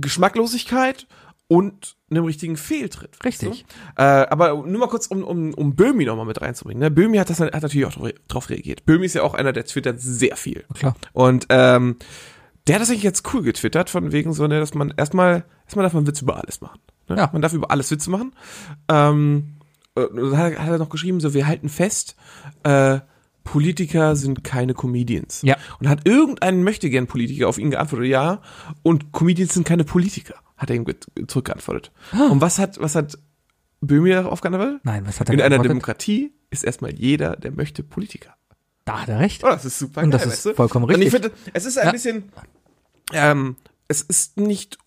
S3: Geschmacklosigkeit und einem richtigen Fehltritt. weißt
S2: Richtig.
S3: du? Äh, aber nur mal kurz, um, um, um Böhmi nochmal mit reinzubringen. Ne? Böhmi hat, das, hat natürlich auch dr- drauf reagiert. Böhmi ist ja auch einer, der twittert sehr viel.
S2: Klar.
S3: Und ähm, der hat das eigentlich jetzt cool getwittert, von wegen so, ne, dass man erstmal, erstmal darf man Witze über alles machen. Ne?
S2: Ja.
S3: Man darf über alles Witze machen. Ähm, äh, dann hat, er- hat er noch geschrieben, so, wir halten fest, äh, Politiker sind keine Comedians.
S2: Ja.
S3: Und hat irgendein Möchtegern-Politiker auf ihn geantwortet, ja, und Comedians sind keine Politiker, hat er ihm get- zurückgeantwortet. Und was hat, was hat Böhmi darauf geantwortet?
S2: Nein, was hat er
S3: In einer
S2: geantwortet?
S3: Demokratie ist erstmal jeder, der möchte, Politiker.
S2: Da hat er recht.
S3: Oh, das ist super
S2: Und das
S3: geil,
S2: ist
S3: weißt du?
S2: vollkommen
S3: Und ich
S2: richtig.
S3: finde, es ist ein
S2: Ja.
S3: bisschen, ähm, es ist nicht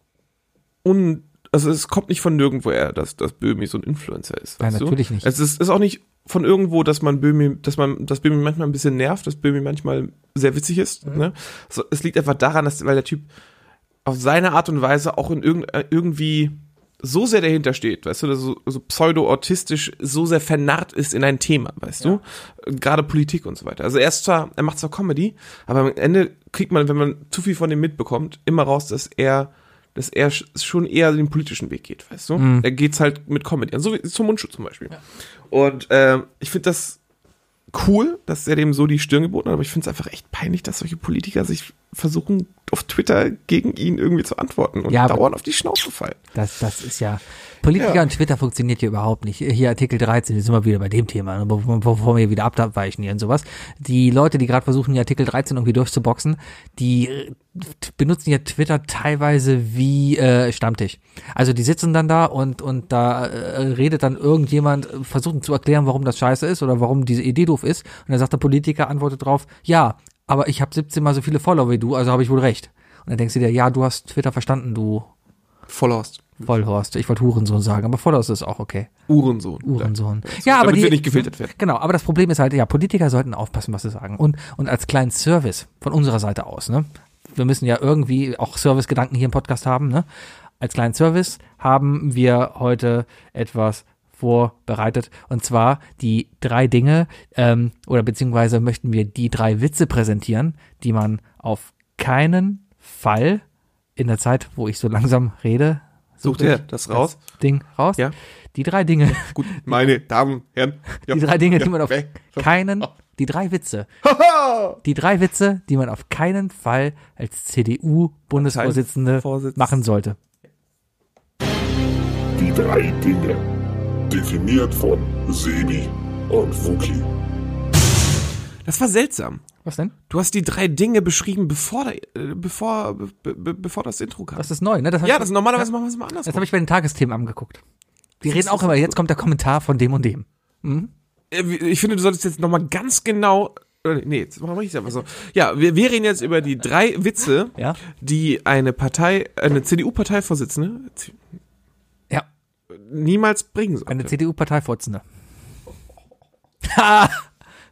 S3: un, also es kommt nicht von nirgendwo her, dass, dass Böhmi so ein Influencer ist.
S2: Nein,
S3: weißt
S2: natürlich
S3: du?
S2: nicht.
S3: Es ist, ist auch nicht von irgendwo, dass man Böhmi, dass man, dass Böhmi manchmal ein bisschen nervt, dass Böhmi manchmal sehr witzig ist.
S2: Mhm.
S3: Ne? So, es liegt einfach daran, dass, weil der Typ auf seine Art und Weise auch in irgend, äh, irgendwie so sehr dahinter steht, weißt du, dass so, so pseudo-autistisch so sehr vernarrt ist in ein Thema, weißt du? Äh, Gerade Politik und so weiter. Also er ist zwar, er macht zwar Comedy, aber am Ende kriegt man, wenn man zu viel von dem mitbekommt, immer raus, dass er, dass er sch- schon eher den politischen Weg geht, weißt du? Er geht's halt mit Comedy an, so wie zum Mundschutz zum Beispiel. Und ähm, ich finde das cool, dass er dem so die Stirn geboten hat, aber ich finde es einfach echt peinlich, dass solche Politiker sich versuchen, auf Twitter gegen ihn irgendwie zu antworten und
S2: Ja, aber-
S3: dauernd auf die Schnauze fallen.
S2: Das, das ist ja. Politiker
S3: Ja.
S2: und Twitter funktioniert hier überhaupt nicht. Hier Artikel 13, jetzt sind wir wieder bei dem Thema, ne, bevor bevor wir wieder abweichen hier und sowas. Die Leute, die gerade versuchen, die Artikel 13 irgendwie durchzuboxen, die äh, t- benutzen ja Twitter teilweise wie äh, Stammtisch. Also die sitzen dann da und, und da äh, redet dann irgendjemand, äh, versucht ihm zu erklären, warum das scheiße ist oder warum diese Idee doof ist. Und dann sagt der Politiker, antwortet drauf, ja, aber ich habe 17 mal so viele Follower wie du, also habe ich wohl recht. Und dann denkst du dir, ja, du hast Twitter verstanden, du
S3: Vollhorst.
S2: Vollhorst. Ich wollte Hurensohn sagen, aber Vollhorst ist auch okay.
S3: Uhrensohn.
S2: Hurensohn.
S3: damit wir nicht gefiltert werden.
S2: Genau, aber das Problem ist halt, ja, Politiker sollten aufpassen, was sie sagen. Und, und als kleinen Service von unserer Seite aus, ne? Wir müssen ja irgendwie auch Service-Gedanken hier im Podcast haben, ne? Als kleinen Service haben wir heute etwas vorbereitet. Und zwar die drei Dinge, ähm, oder beziehungsweise möchten wir die drei Witze präsentieren, die man auf keinen Fall in der Zeit, wo ich so langsam rede,
S3: Sucht
S2: suche
S3: er
S2: ich
S3: das raus?
S2: Ding raus.
S3: Ja.
S2: Die drei Dinge,
S3: Gut, meine Damen, Herren. Ja.
S2: die drei Dinge, die man auf
S3: weg. Oh.
S2: keinen, die drei Witze, die drei Witze, die man auf keinen Fall als CDU-Bundesvorsitzende
S3: Vorsitz-
S2: machen sollte.
S5: Die drei Dinge. Definiert von Sebi und Fuki.
S3: Das war seltsam.
S2: Was denn?
S3: Du hast die drei Dinge beschrieben, bevor, der, äh, bevor, be, be, bevor das Intro kam.
S2: Das ist neu, ne? Das hab
S3: ja,
S2: ich-
S3: das normalerweise machen wir es mal anders.
S2: Das habe ich bei den Tagesthemen angeguckt. Die reden auch immer, jetzt kommt der Kommentar von dem und dem.
S3: Äh, ich finde, du solltest jetzt nochmal ganz genau. äh, Nee, jetzt mache ich es einfach so. Ja, wir, wir reden jetzt über die drei Witze,
S2: Ja.
S3: die eine Partei, eine CDU-Parteivorsitzende z-
S2: Ja,
S3: niemals bringen sollte.
S2: eine CDU-Parteivorsitzende. Ha!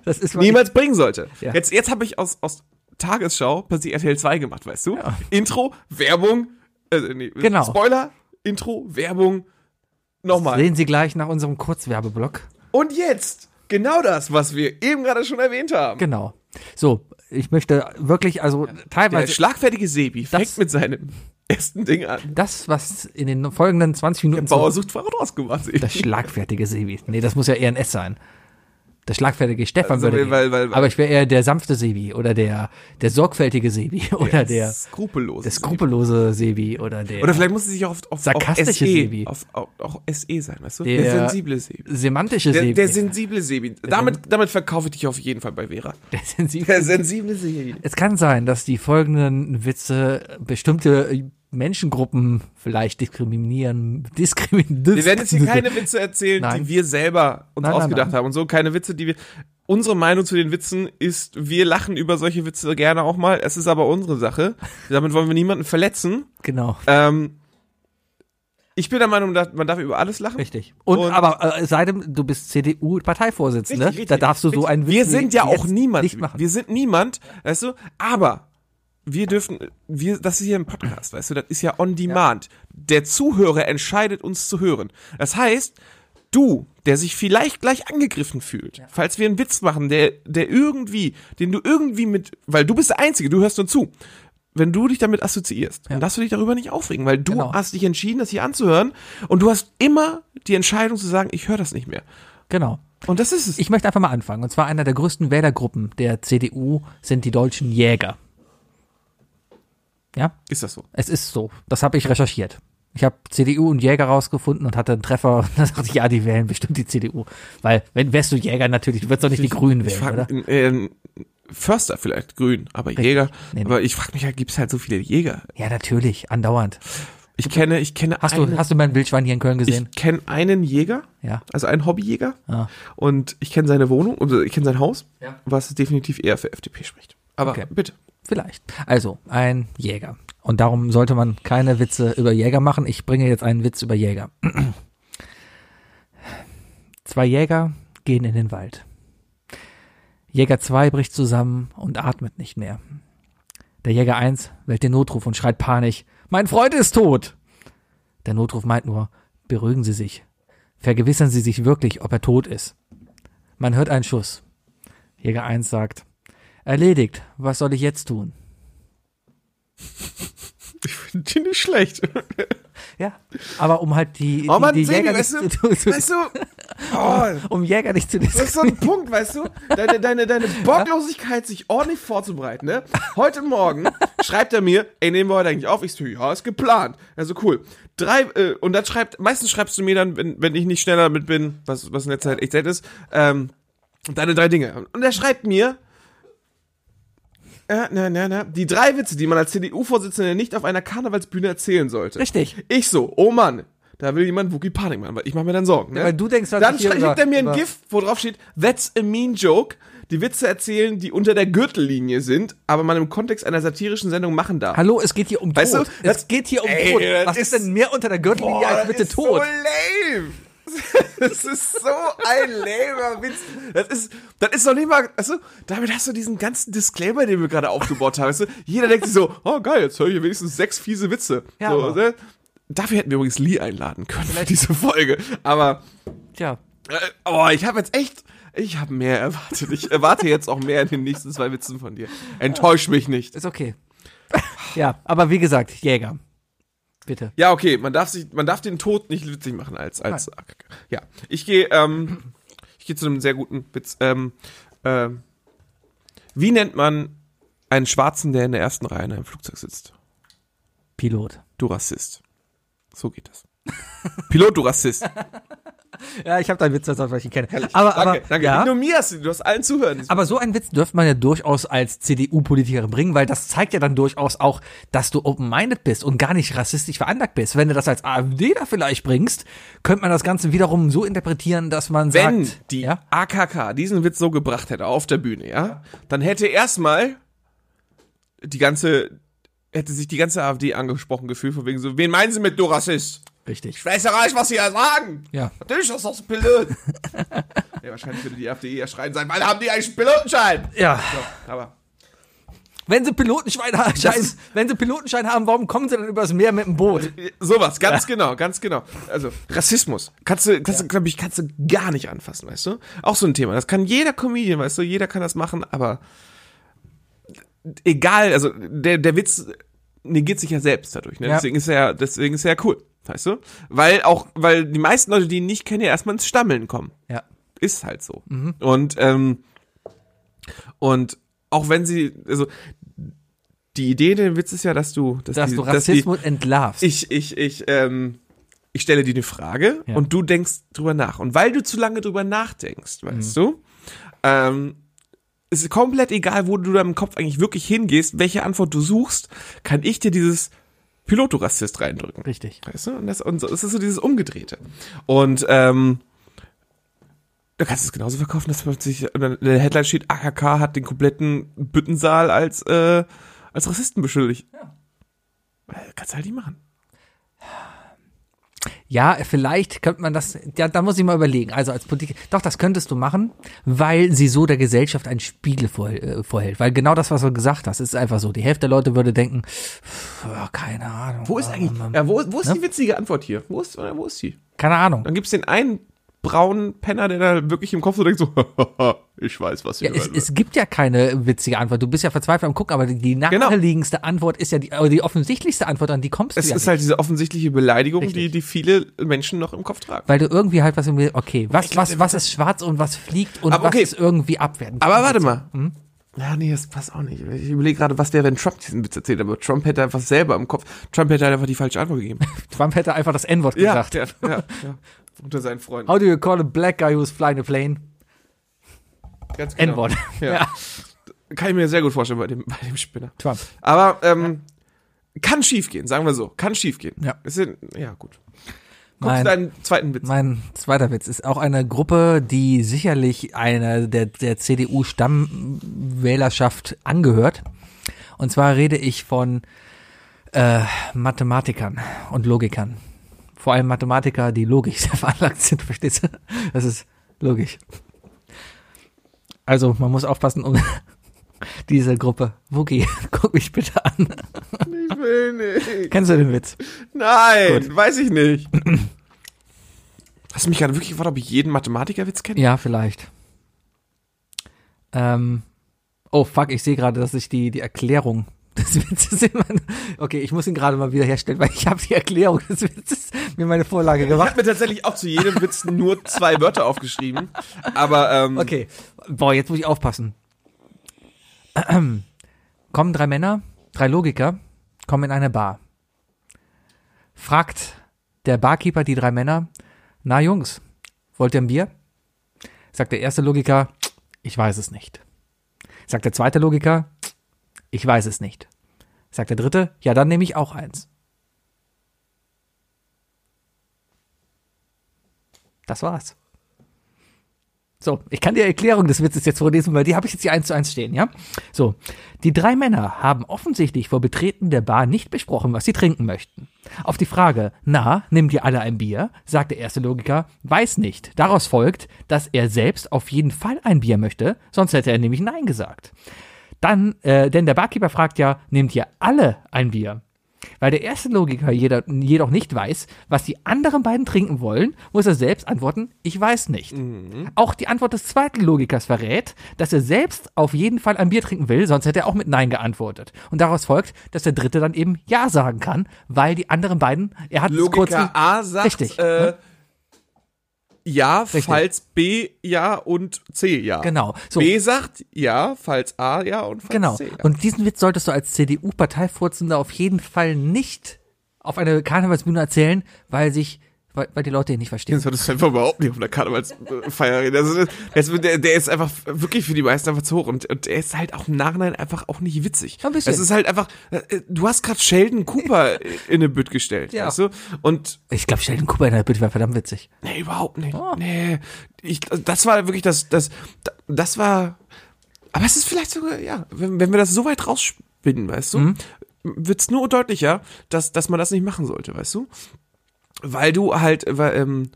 S2: das ist mal-
S3: niemals bringen sollte.
S2: Ja.
S3: Jetzt, jetzt habe ich aus, aus Tagesschau plötzlich RTL 2 gemacht, weißt du? Intro, Werbung, äh, nee,
S2: Genau.
S3: Spoiler, Intro, Werbung, nochmal.
S2: Sehen Sie gleich nach unserem Kurzwerbeblock.
S3: Und jetzt genau das, was wir eben gerade schon erwähnt haben.
S2: Genau. So, ich möchte wirklich, also
S3: Der
S2: teilweise.
S3: schlagfertige Sebi
S2: Das-
S3: fängt mit seinem ersten Ding an.
S2: das, was in den folgenden 20 Minuten so-
S3: Bauer sucht Frau rausgemacht, Sebi.
S2: das schlagfertige Sebi. Nee, das muss ja eher ein S sein. Das schlagfertige Stefan
S3: Also,
S2: würde
S3: weil-
S2: gehen.
S3: weil- weil-
S2: Aber ich wäre eher der sanfte Sebi oder der, der sorgfältige Sebi oder der,
S3: skrupellose.
S2: der
S3: Sebi.
S2: skrupellose Sebi oder der
S3: Oder vielleicht muss sie sich auch auf, auf, auf
S2: Sarkastische Sebi.
S3: SE, auf, auf, auch SE sein, weißt du? Der,
S2: Der-
S3: sensible Sebi.
S2: semantische
S3: Der,
S2: Sebi.
S3: der sensible Sebi. Damit, damit verkaufe ich dich auf jeden Fall bei Vera.
S2: Der sensible.
S3: Der sensible Sebi.
S2: Es kann sein, dass die folgenden Witze bestimmte Menschengruppen vielleicht diskriminieren. Diskriminieren.
S3: Wir werden jetzt hier keine Witze erzählen,
S2: Nein.
S3: die wir selber uns
S2: Nein, nein,
S3: ausgedacht
S2: nein.
S3: haben und so. Keine Witze, die wir. Unsere Meinung zu den Witzen ist, wir lachen über solche Witze gerne auch mal. Es ist aber unsere Sache. Damit wollen wir niemanden verletzen.
S2: Genau.
S3: Ähm, ich bin der Meinung, dass- man darf über alles lachen.
S2: Richtig. Und,
S3: Und-
S2: aber äh, seitdem du bist CDU-Parteivorsitzender,
S3: Richtig,
S2: ne? da
S3: richtig,
S2: darfst du so
S3: richtig.
S2: einen Witz
S3: Wir sind ja
S2: jetzt
S3: auch niemand.
S2: Nicht machen.
S3: Wir sind niemand, weißt du? Aber wir dürfen, wir, das ist hier ein Podcast, weißt du? Das ist ja on demand. Der Zuhörer entscheidet, uns zu hören. Das heißt, du, der sich vielleicht gleich angegriffen fühlt, falls wir einen Witz machen, der, der irgendwie, den du irgendwie mit, weil du bist der Einzige, du hörst nur zu. Wenn du dich damit assoziierst, dann darfst du dich darüber nicht aufregen, weil du
S2: Genau.
S3: hast dich entschieden, das hier anzuhören und du hast immer die Entscheidung zu sagen, ich höre das nicht mehr.
S2: genau.
S3: Und das ist es.
S2: Ich möchte einfach mal anfangen. Und zwar einer der größten Wählergruppen der CDU sind die deutschen Jäger. Ja,
S3: ist das so?
S2: es ist so. Das habe ich recherchiert. Ich habe CDU und Jäger rausgefunden und hatte einen Treffer. Und dann dachte ich, ja, die wählen bestimmt die CDU. Weil, wenn wärst du Jäger natürlich, du würdest doch nicht die Grünen
S3: Ich
S2: wählen,
S3: frag,
S2: Äh, oder?
S3: ähm, Förster vielleicht, grün, aber Jäger.
S2: Nee, nee.
S3: Aber ich frage mich ja, gibt es halt so viele Jäger?
S2: Ja, natürlich, andauernd.
S3: Ich kenne, ich kenne
S2: Hast
S3: einen,
S2: du, hast du mein Wildschwein hier in Köln gesehen?
S3: ich kenne einen Jäger,
S2: ja.
S3: also einen Hobbyjäger.
S2: Ah.
S3: Und ich kenne seine Wohnung, also ich kenne sein Haus,
S2: Ja.
S3: was definitiv eher für FDP spricht. Aber
S2: Okay.
S3: bitte.
S2: Vielleicht. Also, ein Jäger. Und darum sollte man keine Witze über Jäger machen. Ich bringe jetzt einen Witz über Jäger. Zwei Jäger gehen in den Wald. Jäger 2 bricht zusammen und atmet nicht mehr. Der Jäger 1 wählt den Notruf und schreit panisch, mein Freund ist tot! Der Notruf meint nur, beruhigen Sie sich. Vergewissern Sie sich wirklich, ob er tot ist. Man hört einen Schuss. Jäger 1 sagt, Erledigt. Was soll ich jetzt tun?
S3: Ich finde die nicht schlecht.
S2: Ja, aber um halt die,
S3: Oh Mann,
S2: die, die
S3: Sebi,
S2: Jäger
S3: weißt du,
S2: nicht zu, zu,
S3: weißt du, oh,
S2: um Jäger nicht zu
S3: das ist so ein Punkt, weißt du, deine, deine, deine Bocklosigkeit, sich ordentlich vorzubereiten, ne? Heute Morgen schreibt er mir, ey, nehmen wir heute eigentlich auf? Ich so, ja, ist geplant. Also cool. Drei, äh, und dann schreibt, meistens schreibst du mir dann, wenn, wenn ich nicht schneller mit bin, was, was in der Zeit echt Zeit ist, ähm, deine drei Dinge. Und er schreibt mir, äh, na, na, na, die drei Witze, die man als CDU-Vorsitzender nicht auf einer Karnevalsbühne erzählen sollte.
S2: Richtig.
S3: Ich so, oh Mann, da will jemand Wookie Panik machen, weil ich mache mir dann Sorgen. Ne?
S2: weil du denkst, was
S3: dann
S2: ich hier
S3: schreibt schickt
S2: über-
S3: er mir ein
S2: über-
S3: GIF, wo drauf steht, that's a mean joke. Die Witze erzählen, die unter der Gürtellinie sind, aber man im Kontext einer satirischen Sendung machen darf.
S2: Hallo, es geht hier um
S3: Weißt
S2: Tod.
S3: du,
S2: es
S3: das-
S2: geht hier um
S3: Ey,
S2: Tod.
S3: das
S2: Was ist,
S3: ist-
S2: denn mehr unter der Gürtellinie als bitte
S3: das
S2: Tod?
S3: ist so lame. Das ist so ein lamer Witz. Das ist, das ist noch nicht mal, also, damit hast du diesen ganzen Disclaimer, den wir gerade aufgebaut haben. Weißt du, jeder denkt sich so, oh geil, jetzt höre ich hier wenigstens sechs fiese Witze.
S2: Ja,
S3: so,
S2: aber-
S3: ne? Dafür hätten wir übrigens Lee einladen können für diese Folge. Aber,
S2: Tja,
S3: äh, oh, ich habe jetzt echt, ich habe mehr erwartet. Ich erwarte jetzt auch mehr in den nächsten zwei Witzen von dir. Enttäusch mich nicht.
S2: ist okay. ja, aber wie gesagt, Jäger. Bitte.
S3: Ja, okay, man darf sich, man darf den Tod nicht witzig machen als, als, ja. Ich gehe, ähm, ich gehe zu einem sehr guten Witz, ähm, ähm, wie nennt man einen Schwarzen, der in der ersten Reihe in einem Flugzeug sitzt?
S2: Pilot.
S3: Du Rassist. So geht das. Pilot, du Rassist.
S2: Ja, ich habe deinen Witz, weil ich ihn kenne. Aber, aber,
S3: danke, danke.
S2: Ja,
S3: Nicht nur mir hast du, du hast allen Zuhörern.
S2: aber so einen Witz dürfte man ja durchaus als CDU-Politiker bringen, weil das zeigt ja dann durchaus auch, dass du open-minded bist und gar nicht rassistisch veranlagt bist. Wenn du das als AfD da vielleicht bringst, könnte man das Ganze wiederum so interpretieren, dass man
S3: Wenn
S2: sagt,
S3: die
S2: ja,
S3: AKK diesen Witz so gebracht hätte auf der Bühne, ja, dann hätte erstmal die ganze, hätte sich die ganze AfD angesprochen gefühlt, von wegen so, wen meinen Sie mit, du Rassist?
S2: richtig.
S3: Ich weiß ja gar nicht, was Sie ja sagen.
S2: Ja.
S3: Natürlich ist das doch ein Pilot. ja, wahrscheinlich würde die AfD eher schreien sein, weil haben die eigentlich einen Pilotenschein?
S2: Ja,
S3: Aber
S2: Wenn sie Pilotenschein haben, Scheiß, wenn sie Pilotenschein haben, warum kommen sie dann übers Meer mit dem Boot?
S3: äh, sowas, ganz genau, ganz genau. Also, Rassismus. Kannst du, kannst du, glaube ich, kannst du gar nicht anfassen, weißt du? Auch so ein Thema. Das kann jeder Comedian, weißt du, jeder kann das machen, aber egal, also der, der Witz negiert sich ja selbst dadurch. Ne?
S2: Ja.
S3: Deswegen ist er ja, deswegen ist er ja cool, weißt du? Weil auch, weil die meisten Leute, die ihn nicht kennen, ja erstmal ins Stammeln kommen.
S2: Ja.
S3: Ist halt so.
S2: Mhm.
S3: Und, ähm, und auch wenn sie, also die Idee dem Witz ist ja, dass du, dass,
S2: Dass
S3: die,
S2: du
S3: dass die,
S2: Rassismus entlarvst.
S3: ich, ich, ich, ähm, ich stelle dir eine Frage
S2: Ja.
S3: und du denkst drüber nach. Und weil du zu lange drüber nachdenkst, weißt du, ähm, es ist komplett egal, wo du da im Kopf eigentlich wirklich hingehst, welche Antwort du suchst, kann ich dir dieses Pilotorassist reindrücken.
S2: Richtig.
S3: Weißt du? Und das, und so, es ist so dieses Umgedrehte. Und ähm, da kannst du es genauso verkaufen, dass man sich und dann in der Headline steht, AKK hat den kompletten Büttensaal als, äh, als Rassisten beschuldigt. Äh, Kannst du halt nicht machen.
S2: Ja, vielleicht könnte man das, ja, da muss ich mal überlegen. Also als Politiker, doch, das könntest du machen, weil sie so der Gesellschaft einen Spiegel vor, äh, vorhält. Weil genau das, was du gesagt hast, ist einfach so. Die Hälfte der Leute würde denken, pff, keine Ahnung.
S3: Wo ist eigentlich,
S2: ähm,
S3: ja, wo, wo ist die witzige Antwort hier? Wo ist, wo ist sie?
S2: Keine Ahnung.
S3: Dann gibt's den einen braunen Penner, der da wirklich im Kopf so denkt, so, ich weiß, was ihr
S2: Ja,
S3: hören
S2: es,
S3: wollt.
S2: es gibt ja keine witzige Antwort. Du bist ja verzweifelt am Gucken, aber die,
S3: Genau.
S2: die naheliegendste Antwort ist ja die, aber die offensichtlichste Antwort, an die kommst
S3: Es
S2: du ja
S3: ist
S2: nicht.
S3: halt diese offensichtliche Beleidigung, die,
S2: Richtig.
S3: die viele Menschen noch im Kopf tragen.
S2: Weil du irgendwie halt was irgendwie, okay, was, was, was ist schwarz und was fliegt und
S3: Aber
S2: was
S3: okay.
S2: ist irgendwie abwertend.
S3: Aber warte mal.
S2: Hm?
S3: Ja, nee, das passt auch nicht. Ich überlege gerade, was wäre, wenn Trump diesen Witz erzählt, aber Trump hätte einfach selber im Kopf, Trump hätte halt einfach die falsche Antwort gegeben.
S2: Trump hätte einfach das N-Wort gesagt.
S3: ja, ja, ja. Unter seinen Freunden.
S2: How do you call a black guy who's flying a plane?
S3: Ganz genau.
S2: N-Wort.
S3: Ja. Kann ich mir sehr gut vorstellen bei dem, bei dem Spinner.
S2: Trump.
S3: Aber ähm, kann schiefgehen, sagen wir so. Kann schiefgehen.
S2: Ja.
S3: Ist ja, ja gut. Guckst du
S2: Mein,
S3: deinen zweiten Witz?
S2: mein zweiter Witz ist auch eine Gruppe, die sicherlich einer der, der CDU-Stammwählerschaft angehört. Und zwar rede ich von äh, Mathematikern und Logikern. Vor allem Mathematiker, die logisch sehr veranlagt sind, verstehst du? Das ist logisch. Also, man muss aufpassen um diese Gruppe. Wookie, guck mich bitte an.
S3: Ich will nicht.
S2: Kennst du den Witz?
S3: Nein, weiß ich nicht. Hast du mich gerade wirklich gefragt, ob ich jeden Mathematikerwitz kenne?
S2: Ja, vielleicht. Ähm, oh fuck, ich sehe gerade, dass ich die, die Erklärung des Witzes in meiner, Okay, ich muss ihn gerade mal wiederherstellen, weil ich habe die Erklärung des Witzes mir meine Vorlage gemacht.
S3: habe mir tatsächlich auch zu jedem Witz nur zwei Wörter aufgeschrieben. Aber ähm,
S2: Okay, boah, jetzt muss ich aufpassen. Ahem. Kommen drei Männer, drei Logiker, kommen in eine Bar. Fragt der Barkeeper die drei Männer, na Jungs, wollt ihr ein Bier? Sagt der erste Logiker, ich weiß es nicht. Sagt der zweite Logiker, ich weiß es nicht. Sagt der dritte, ja, dann nehme ich auch eins. Das war's. So, ich kann die Erklärung des Witzes jetzt vorlesen, weil die habe ich jetzt hier eins zu eins stehen, ja? So, die drei Männer haben offensichtlich vor Betreten der Bar nicht besprochen, was sie trinken möchten. Auf die Frage, na, nehmt ihr alle ein Bier, sagt der erste Logiker, weiß nicht. Daraus folgt, dass er selbst auf jeden Fall ein Bier möchte, sonst hätte er nämlich Nein gesagt. Dann, äh, denn der Barkeeper fragt ja, nehmt ihr alle ein Bier? Weil der erste Logiker jeder, jedoch nicht weiß, was die anderen beiden trinken wollen, muss er selbst antworten, ich weiß nicht.
S3: Mhm.
S2: Auch die Antwort des zweiten Logikers verrät, dass er selbst auf jeden Fall ein Bier trinken will, sonst hätte er auch mit Nein geantwortet. Und daraus folgt, dass der dritte dann eben Ja sagen kann, weil die anderen beiden, er hat es kurz...
S3: Logiker A sagt
S2: Richtig,
S3: äh,
S2: ne?
S3: ja, falls B ja und C ja.
S2: Genau. So.
S3: B sagt ja, falls A ja und falls
S2: Genau.
S3: C ja.
S2: Und diesen Witz solltest du als CDU-Parteivorsitzender auf jeden Fall nicht auf einer Karnevalsbühne erzählen, weil sich, weil, weil die Leute ihn nicht verstehen.
S3: das hattest du einfach überhaupt nicht auf einer Karnevalsfeier reden. Also, das, der, der ist einfach wirklich für die meisten einfach zu hoch und, und der ist halt auch im Nachhinein einfach auch nicht witzig.
S2: Ein bisschen.
S3: Es ist halt einfach, äh, du hast gerade Sheldon Cooper in eine Bütt gestellt,
S2: Ja.
S3: weißt du? Und
S2: Ich glaube, Sheldon Cooper in der Bitte wäre verdammt witzig.
S3: Nee, überhaupt nicht.
S2: Oh.
S3: Nee. Ich, das war wirklich das, das, das war. Aber es ist vielleicht sogar, ja, wenn, wenn wir das so weit rausspinnen, weißt du,
S2: Mhm.
S3: wird's nur deutlicher, dass, dass man das nicht machen sollte, weißt du? Weil du halt, äh, weil, ähm,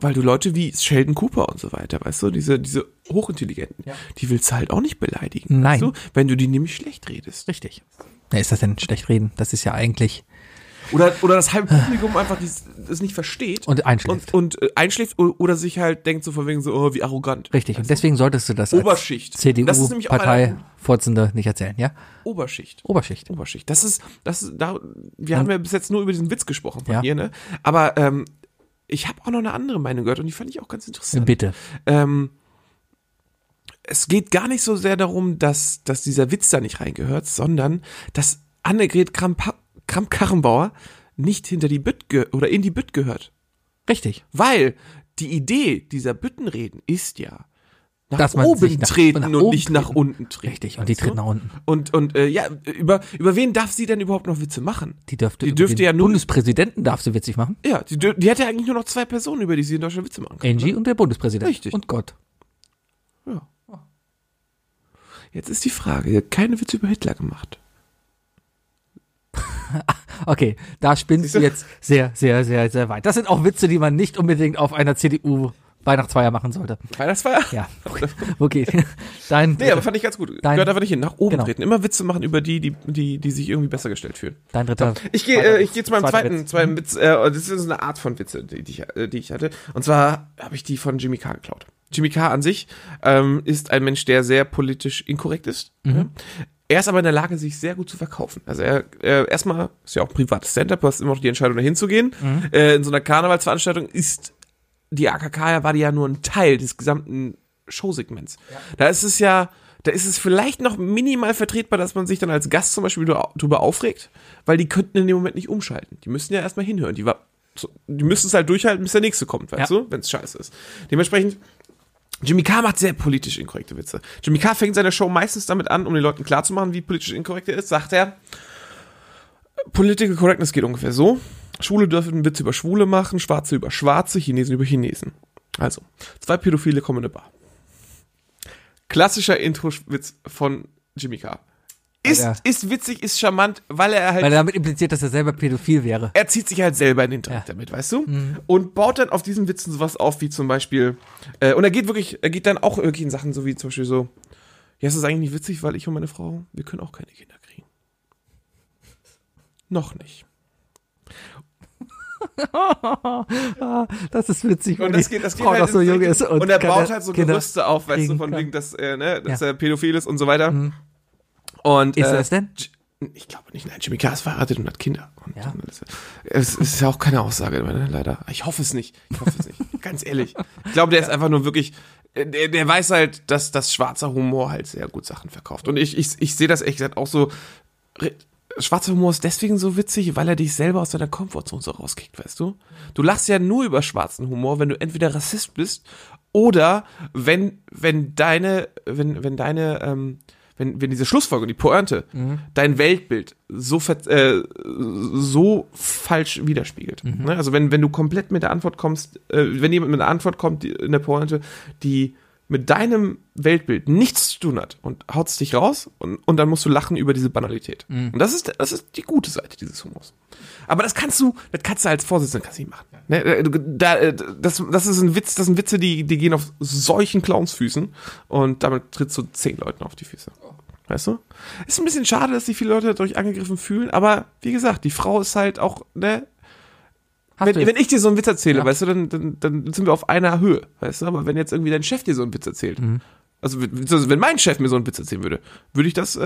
S3: weil du Leute wie Sheldon Cooper und so weiter, weißt du, diese, diese Hochintelligenten, die willst du halt auch nicht beleidigen.
S2: Nein.
S3: Weißt du? Wenn du die nämlich schlecht redest.
S2: Richtig. Na, ist das denn schlecht reden? Das ist ja eigentlich.
S3: Oder, oder das halbe Publikum einfach dies, das nicht versteht.
S2: Und einschläft.
S3: Und, und äh, einschläft o- oder sich halt denkt so von wegen so, oh, wie arrogant.
S2: Richtig. Und deswegen solltest du Also das
S3: Oberschicht.
S2: als cdu
S3: Das ist nämlich auch einer-
S2: parteivorsitzende nicht erzählen, ja?
S3: Oberschicht.
S2: Oberschicht.
S3: Oberschicht. Das ist, das ist, da, wir haben ja bis jetzt nur über diesen Witz gesprochen von
S2: Ja.
S3: ihr, ne? Aber ähm, ich habe auch noch eine andere Meinung gehört und die fand ich auch ganz interessant.
S2: Bitte.
S3: Ähm, es geht gar nicht so sehr darum, dass, dass dieser Witz da nicht reingehört, sondern dass Annegret Kramp- Kramp-Karrenbauer nicht hinter die Bütt ge- oder in die Bütt gehört.
S2: Richtig.
S3: Weil die Idee dieser Büttenreden ist ja nach
S2: Dass man sich
S3: oben
S2: nach-
S3: treten
S2: nach
S3: und
S2: oben
S3: nicht nach
S2: treten.
S3: unten treten.
S2: Richtig. Und die
S3: weißt du?
S2: tritt nach unten.
S3: Und, und äh, ja, über, über wen darf sie denn überhaupt noch Witze machen?
S2: Die dürfte,
S3: Die dürfte
S2: den
S3: ja nur-
S2: Bundespräsidenten darfst du witzig machen.
S3: Ja, die, dür- die hat ja eigentlich nur noch zwei Personen, über die sie in Deutschland Witze machen kann.
S2: Angie und der Bundespräsident.
S3: Richtig.
S2: Und Gott.
S3: Jetzt ist die Frage, sie hat keine Witze über Hitler gemacht.
S2: Okay, da spinnst du jetzt sehr, sehr, sehr, sehr weit. Das sind auch Witze, die man nicht unbedingt auf einer CDU-Weihnachtsfeier machen sollte.
S3: Weihnachtsfeier?
S2: Ja, okay. Dein,
S3: Nee, aber fand ich ganz gut.
S2: Dein-
S3: Gehört einfach nicht hin. Nach oben
S2: Genau.
S3: treten. Immer Witze machen über die, die, die, die sich irgendwie besser gestellt fühlen.
S2: dein dritter.
S3: Ich gehe
S2: zweiter
S3: äh, ich
S2: Witz.
S3: gehe zu meinem
S2: Zweiter
S3: zweiten,
S2: Witz. Mhm.
S3: zweiten Witz. Äh, das ist so eine Art von Witze, die, die, ich, äh, die ich hatte. Und zwar habe ich die von Jimmy Carr geklaut. Jimmy Carr an sich ähm, ist ein Mensch, der sehr politisch inkorrekt ist.
S2: Mhm.
S3: Ja? Er ist aber in der Lage, sich sehr gut zu verkaufen. Also er äh, erstmal ist ja auch ein privates Stand-up, du hast immer noch die Entscheidung, da hinzugehen.
S2: Mhm.
S3: Äh, in so einer Karnevalsveranstaltung ist die AKK ja war die ja nur ein Teil des gesamten Showsegments. Da ist es ja, da ist es vielleicht noch minimal vertretbar, dass man sich dann als Gast zum Beispiel drü- drüber aufregt, weil die könnten in dem Moment nicht umschalten. Die müssen ja erstmal hinhören. Die, war, so- die müssen es halt durchhalten, bis der nächste kommt, weißt
S2: Ja.
S3: du, wenn es scheiße ist. Dementsprechend Jimmy Carr macht sehr politisch inkorrekte Witze. Jimmy Carr fängt seine Show meistens damit an, um den Leuten klarzumachen, wie politisch inkorrekt er ist, sagt er, Political Correctness geht ungefähr so. Schwule dürfen Witze über Schwule machen, Schwarze über Schwarze, Chinesen über Chinesen. Also, zwei Pädophile kommen in eine Bar. Klassischer Intro-Witz von Jimmy Carr. Ist,
S2: Ja.
S3: ist witzig, ist charmant, weil er halt
S2: Weil er damit impliziert, dass er selber pädophil wäre.
S3: er zieht sich halt selber in den Dreck damit, weißt du?
S2: Mhm.
S3: Und baut dann auf diesen Witzen sowas auf, wie zum Beispiel, äh, und er geht wirklich, er geht dann auch irgendwie in Sachen so wie zum Beispiel so, ja, es ist eigentlich nicht witzig, weil ich und meine Frau, wir können auch keine Kinder kriegen. Noch nicht.
S2: Das ist witzig,
S3: Und das geht, das geht
S2: Frau
S3: halt
S2: noch so
S3: ins-
S2: jung ist. Und,
S3: und er
S2: keine
S3: baut halt so
S2: Kinder
S3: Gerüste auf, weißt du,
S2: kriegen
S3: von
S2: kann.
S3: wegen, dass, äh, ne, dass
S2: Ja.
S3: er pädophil ist und so weiter. Und,
S2: Ist
S3: äh,
S2: er es denn?
S3: J- Ich glaube nicht. Nein, Jimmy Carr ist verheiratet und hat Kinder. Und
S2: Ja.
S3: und alles. Es ist ja auch keine Aussage, ne, leider. Ich hoffe es nicht. Ich hoffe es nicht. Ganz ehrlich. Ich glaube, der ist einfach nur wirklich. äh, Der, der weiß halt, dass das schwarzer Humor halt sehr gut Sachen verkauft. Und ich, ich, ich sehe das ehrlich gesagt auch so. re- Schwarzer Humor ist deswegen so witzig, weil er dich selber aus deiner Komfortzone so rauskickt, weißt du? Du lachst ja nur über schwarzen Humor, wenn du entweder Rassist bist oder wenn, wenn deine, wenn, wenn deine, ähm, wenn, wenn diese Schlussfolgerung, die Pointe, dein Weltbild so, ver äh, so falsch widerspiegelt. Ne? Also wenn, wenn du komplett mit der Antwort kommst, äh, wenn jemand mit einer Antwort kommt die, in der Pointe, die mit deinem Weltbild nichts zu tun hat und haut's dich raus und, und dann musst du lachen über diese Banalität. Und das ist, das ist die gute Seite dieses Humors. Aber das kannst du, das kannst du als Vorsitzender kannst du nicht machen. Ne? Äh, du- Da, äh, das, das ist ein Witz, das sind Witze, die, die gehen auf solchen Clownsfüßen und damit trittst du zehn Leuten auf die Füße. Weißt du? Ist ein bisschen schade, dass sich viele Leute dadurch angegriffen fühlen, aber wie gesagt, die Frau ist halt auch, ne,
S2: Hast
S3: wenn,
S2: du jetzt-
S3: wenn ich dir so einen Witz erzähle,
S2: Ja.
S3: weißt du, dann, dann, dann sind wir auf einer Höhe, weißt du, aber wenn jetzt irgendwie dein Chef dir so einen Witz erzählt,
S2: Mhm.
S3: also beziehungsweise wenn mein Chef mir so einen Witz erzählen würde, würde ich das, äh,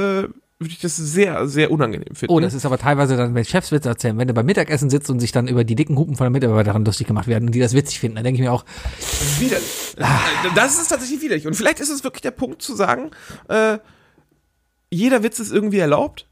S3: würde ich das sehr, sehr unangenehm finden.
S2: Oh, das ist aber teilweise dann, wenn Chefs Witze erzählen, wenn du beim Mittagessen sitzt und sich dann über die dicken Hupen von der Mitarbeiterin lustig gemacht werden und die das witzig finden, dann denke ich mir auch,
S3: widerlich.
S2: Ah.
S3: Das ist tatsächlich widerlich. Und vielleicht ist es wirklich der Punkt zu sagen, äh, jeder Witz ist irgendwie erlaubt,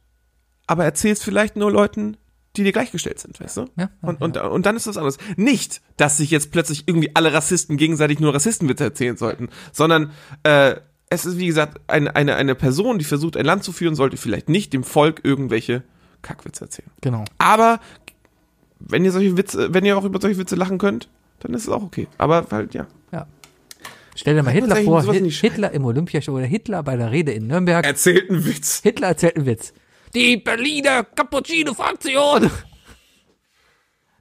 S3: aber erzähl's vielleicht nur Leuten, die dir gleichgestellt sind, weißt du?
S2: Ja, ja,
S3: und, und, und dann ist das anders. Nicht, dass sich jetzt plötzlich irgendwie alle Rassisten gegenseitig nur Rassistenwitze erzählen sollten, sondern äh, es ist, wie gesagt, eine, eine, eine Person, die versucht, ein Land zu führen, sollte vielleicht nicht dem Volk irgendwelche Kackwitze erzählen.
S2: genau.
S3: Aber wenn ihr solche Witze, wenn ihr auch über solche Witze lachen könnt, dann ist es auch okay. Aber halt, ja.
S2: Stell dir mal Hitler
S3: eigentlich
S2: vor,
S3: sowas
S2: Hit-
S3: nicht schreiben.
S2: Hitler im Olympiastadion oder Hitler bei der Rede in Nürnberg.
S3: Erzählt einen Witz.
S2: Hitler erzählt einen Witz. Die Berliner Cappuccino-Fraktion,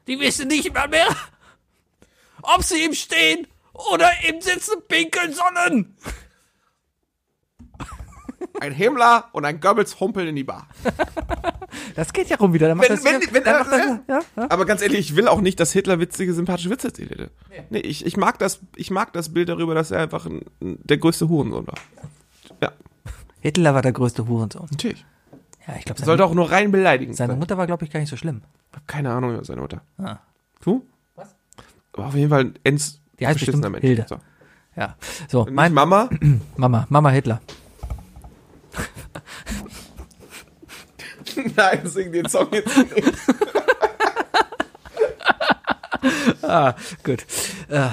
S2: die wissen nicht mal mehr, ob sie im Stehen oder im Sitzen pinkeln sollen.
S3: Ein Himmler und ein Goebbels humpeln in die Bar.
S2: Das geht ja rum wieder. Dann macht
S3: Wenn,
S2: das
S3: wenn,
S2: wieder-
S3: wenn,
S2: dann macht das,
S3: äh,
S2: ja, ja.
S3: Aber ganz ehrlich, ich will auch nicht, dass Hitler witzige, sympathische Witze erzählt hätte. Nee, ich, ich, mag das, ich mag das Bild darüber, dass er einfach ein, ein- der größte Hurensohn war. Ja,
S2: Hitler war der größte Hurensohn.
S3: natürlich.
S2: Ja, ich glaube, seine,
S3: Sollte auch nur rein beleidigen.
S2: seine Mutter war, glaube ich, gar nicht so schlimm.
S3: Keine Ahnung über seine Mutter.
S2: Ah.
S3: Du?
S2: Was?
S3: Aber auf jeden Fall ein ends
S2: Die heißt
S3: beschissener
S2: bestimmt Hilde.
S3: So.
S2: Ja, so,
S3: Mein
S2: mein
S3: Mama?
S2: Mama, Mama Hitler.
S3: Nein, sing den Song jetzt nicht.
S2: Gut. Äh,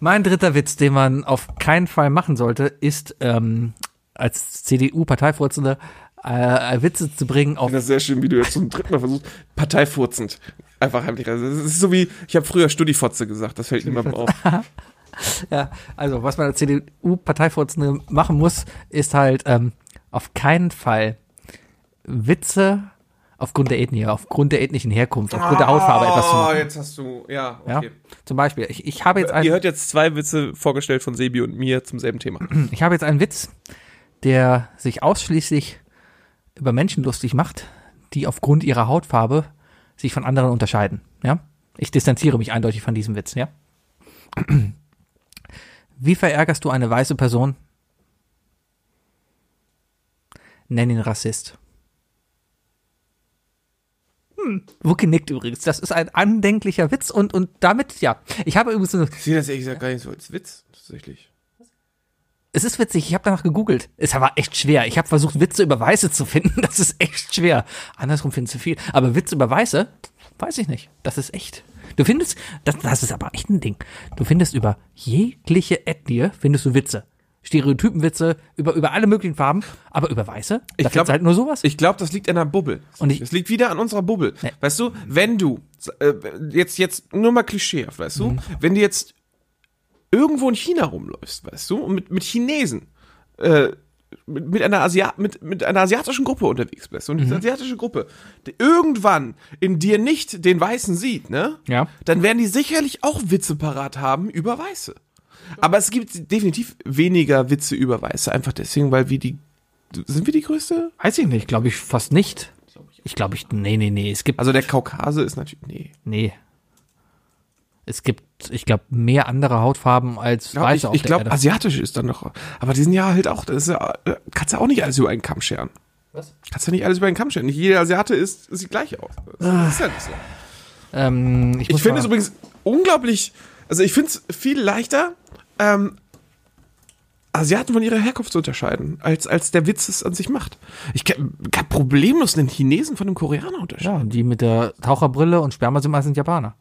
S2: mein dritter Witz, den man auf keinen Fall machen sollte, ist ähm, als CDU-Parteivorsitzender äh, Witze zu bringen auf.
S3: Das ist sehr schön, wie du jetzt zum dritten Mal versuchst, parteifurzend. Einfach heimlich. Also, Es ist so wie, ich habe früher Studifotze gesagt, das fällt niemandem auf.
S2: Ja, also was man als CDU-Parteivorsitzender machen muss, ist halt ähm, auf keinen Fall Witze aufgrund der Ethnie, aufgrund der ethnischen Herkunft, aufgrund der Hautfarbe etwas zu
S3: Oh,
S2: machen.
S3: jetzt hast du, ja,
S2: Ja?
S3: Ah, okay.
S2: Zum Beispiel, ich, ich habe jetzt einen.
S3: Ihr hört jetzt zwei Witze vorgestellt von Sebi und mir zum selben Thema.
S2: Ich habe jetzt einen Witz, der sich ausschließlich über Menschen lustig macht, die aufgrund ihrer Hautfarbe sich von anderen unterscheiden. Ja? Ich distanziere mich eindeutig von diesem Witz. Ja? Wie verärgerst du eine weiße Person? Nenn ihn Rassist. Hm, Wookie nickt übrigens. Das ist ein andenklicher Witz und, und damit, ja. Ich habe übrigens eine
S3: Ich sehe das ehrlich gesagt gar nicht so als Witz, tatsächlich.
S2: Es ist witzig, ich habe danach gegoogelt. Es war echt schwer. Ich habe versucht, Witze über Weiße zu finden. Das ist echt schwer. Andersrum findest du viel. Aber Witze über Weiße, weiß ich nicht. Das ist echt. Du findest, das, das ist aber echt ein Ding. Du findest über jegliche Ethnie, findest du Witze. Stereotypenwitze, über, über alle möglichen Farben, aber über Weiße? Da
S3: Ich
S2: findest
S3: glaube
S2: du halt nur sowas.
S3: Ich glaube, das liegt an der Bubble.
S2: Und ich-
S3: das liegt wieder an unserer Bubble. Weißt du, wenn du äh, jetzt jetzt nur mal klischeehaft, weißt du, wenn du jetzt irgendwo in China rumläufst, weißt du, und mit mit Chinesen äh, mit, mit, einer Asia mit, mit einer asiatischen Gruppe unterwegs bist und
S2: Mhm.
S3: diese asiatische Gruppe die irgendwann in dir nicht den Weißen sieht, ne?
S2: Ja.
S3: Dann werden die sicherlich auch Witze parat haben über Weiße. Aber es gibt definitiv weniger Witze über Weiße, einfach deswegen, weil wir die. Sind wir die größte?
S2: weiß ich nicht, glaube ich fast nicht. Ich glaube, ich, nee, nee, nee. Es gibt
S3: Also der Kaukase ist natürlich. Nee.
S2: Nee. Es gibt, ich glaube, mehr andere Hautfarben als
S3: Ja, ich
S2: Weiße auf
S3: ich
S2: der
S3: glaube,
S2: Erde.
S3: asiatisch ist dann noch. Aber die sind ja halt auch. Das ist ja, äh, kannst ja auch nicht alles über einen Kamm scheren.
S2: Was?
S3: Kannst du nicht alles über den Kamm stellen. Nicht jeder Asiate ist, sieht gleich aus. Das
S2: Ah.
S3: ist ja nicht so.
S2: Ähm, ich
S3: Ich
S2: muss
S3: finde
S2: mal-
S3: es übrigens unglaublich, also ich finde es viel leichter, ähm, Asiaten von ihrer Herkunft zu unterscheiden, als, als der Witz es an sich macht. Ich kann, kann problemlos einen Chinesen von einem Koreaner unterscheiden.
S2: Ja, und die mit der Taucherbrille und Sperma sind meistens Japaner.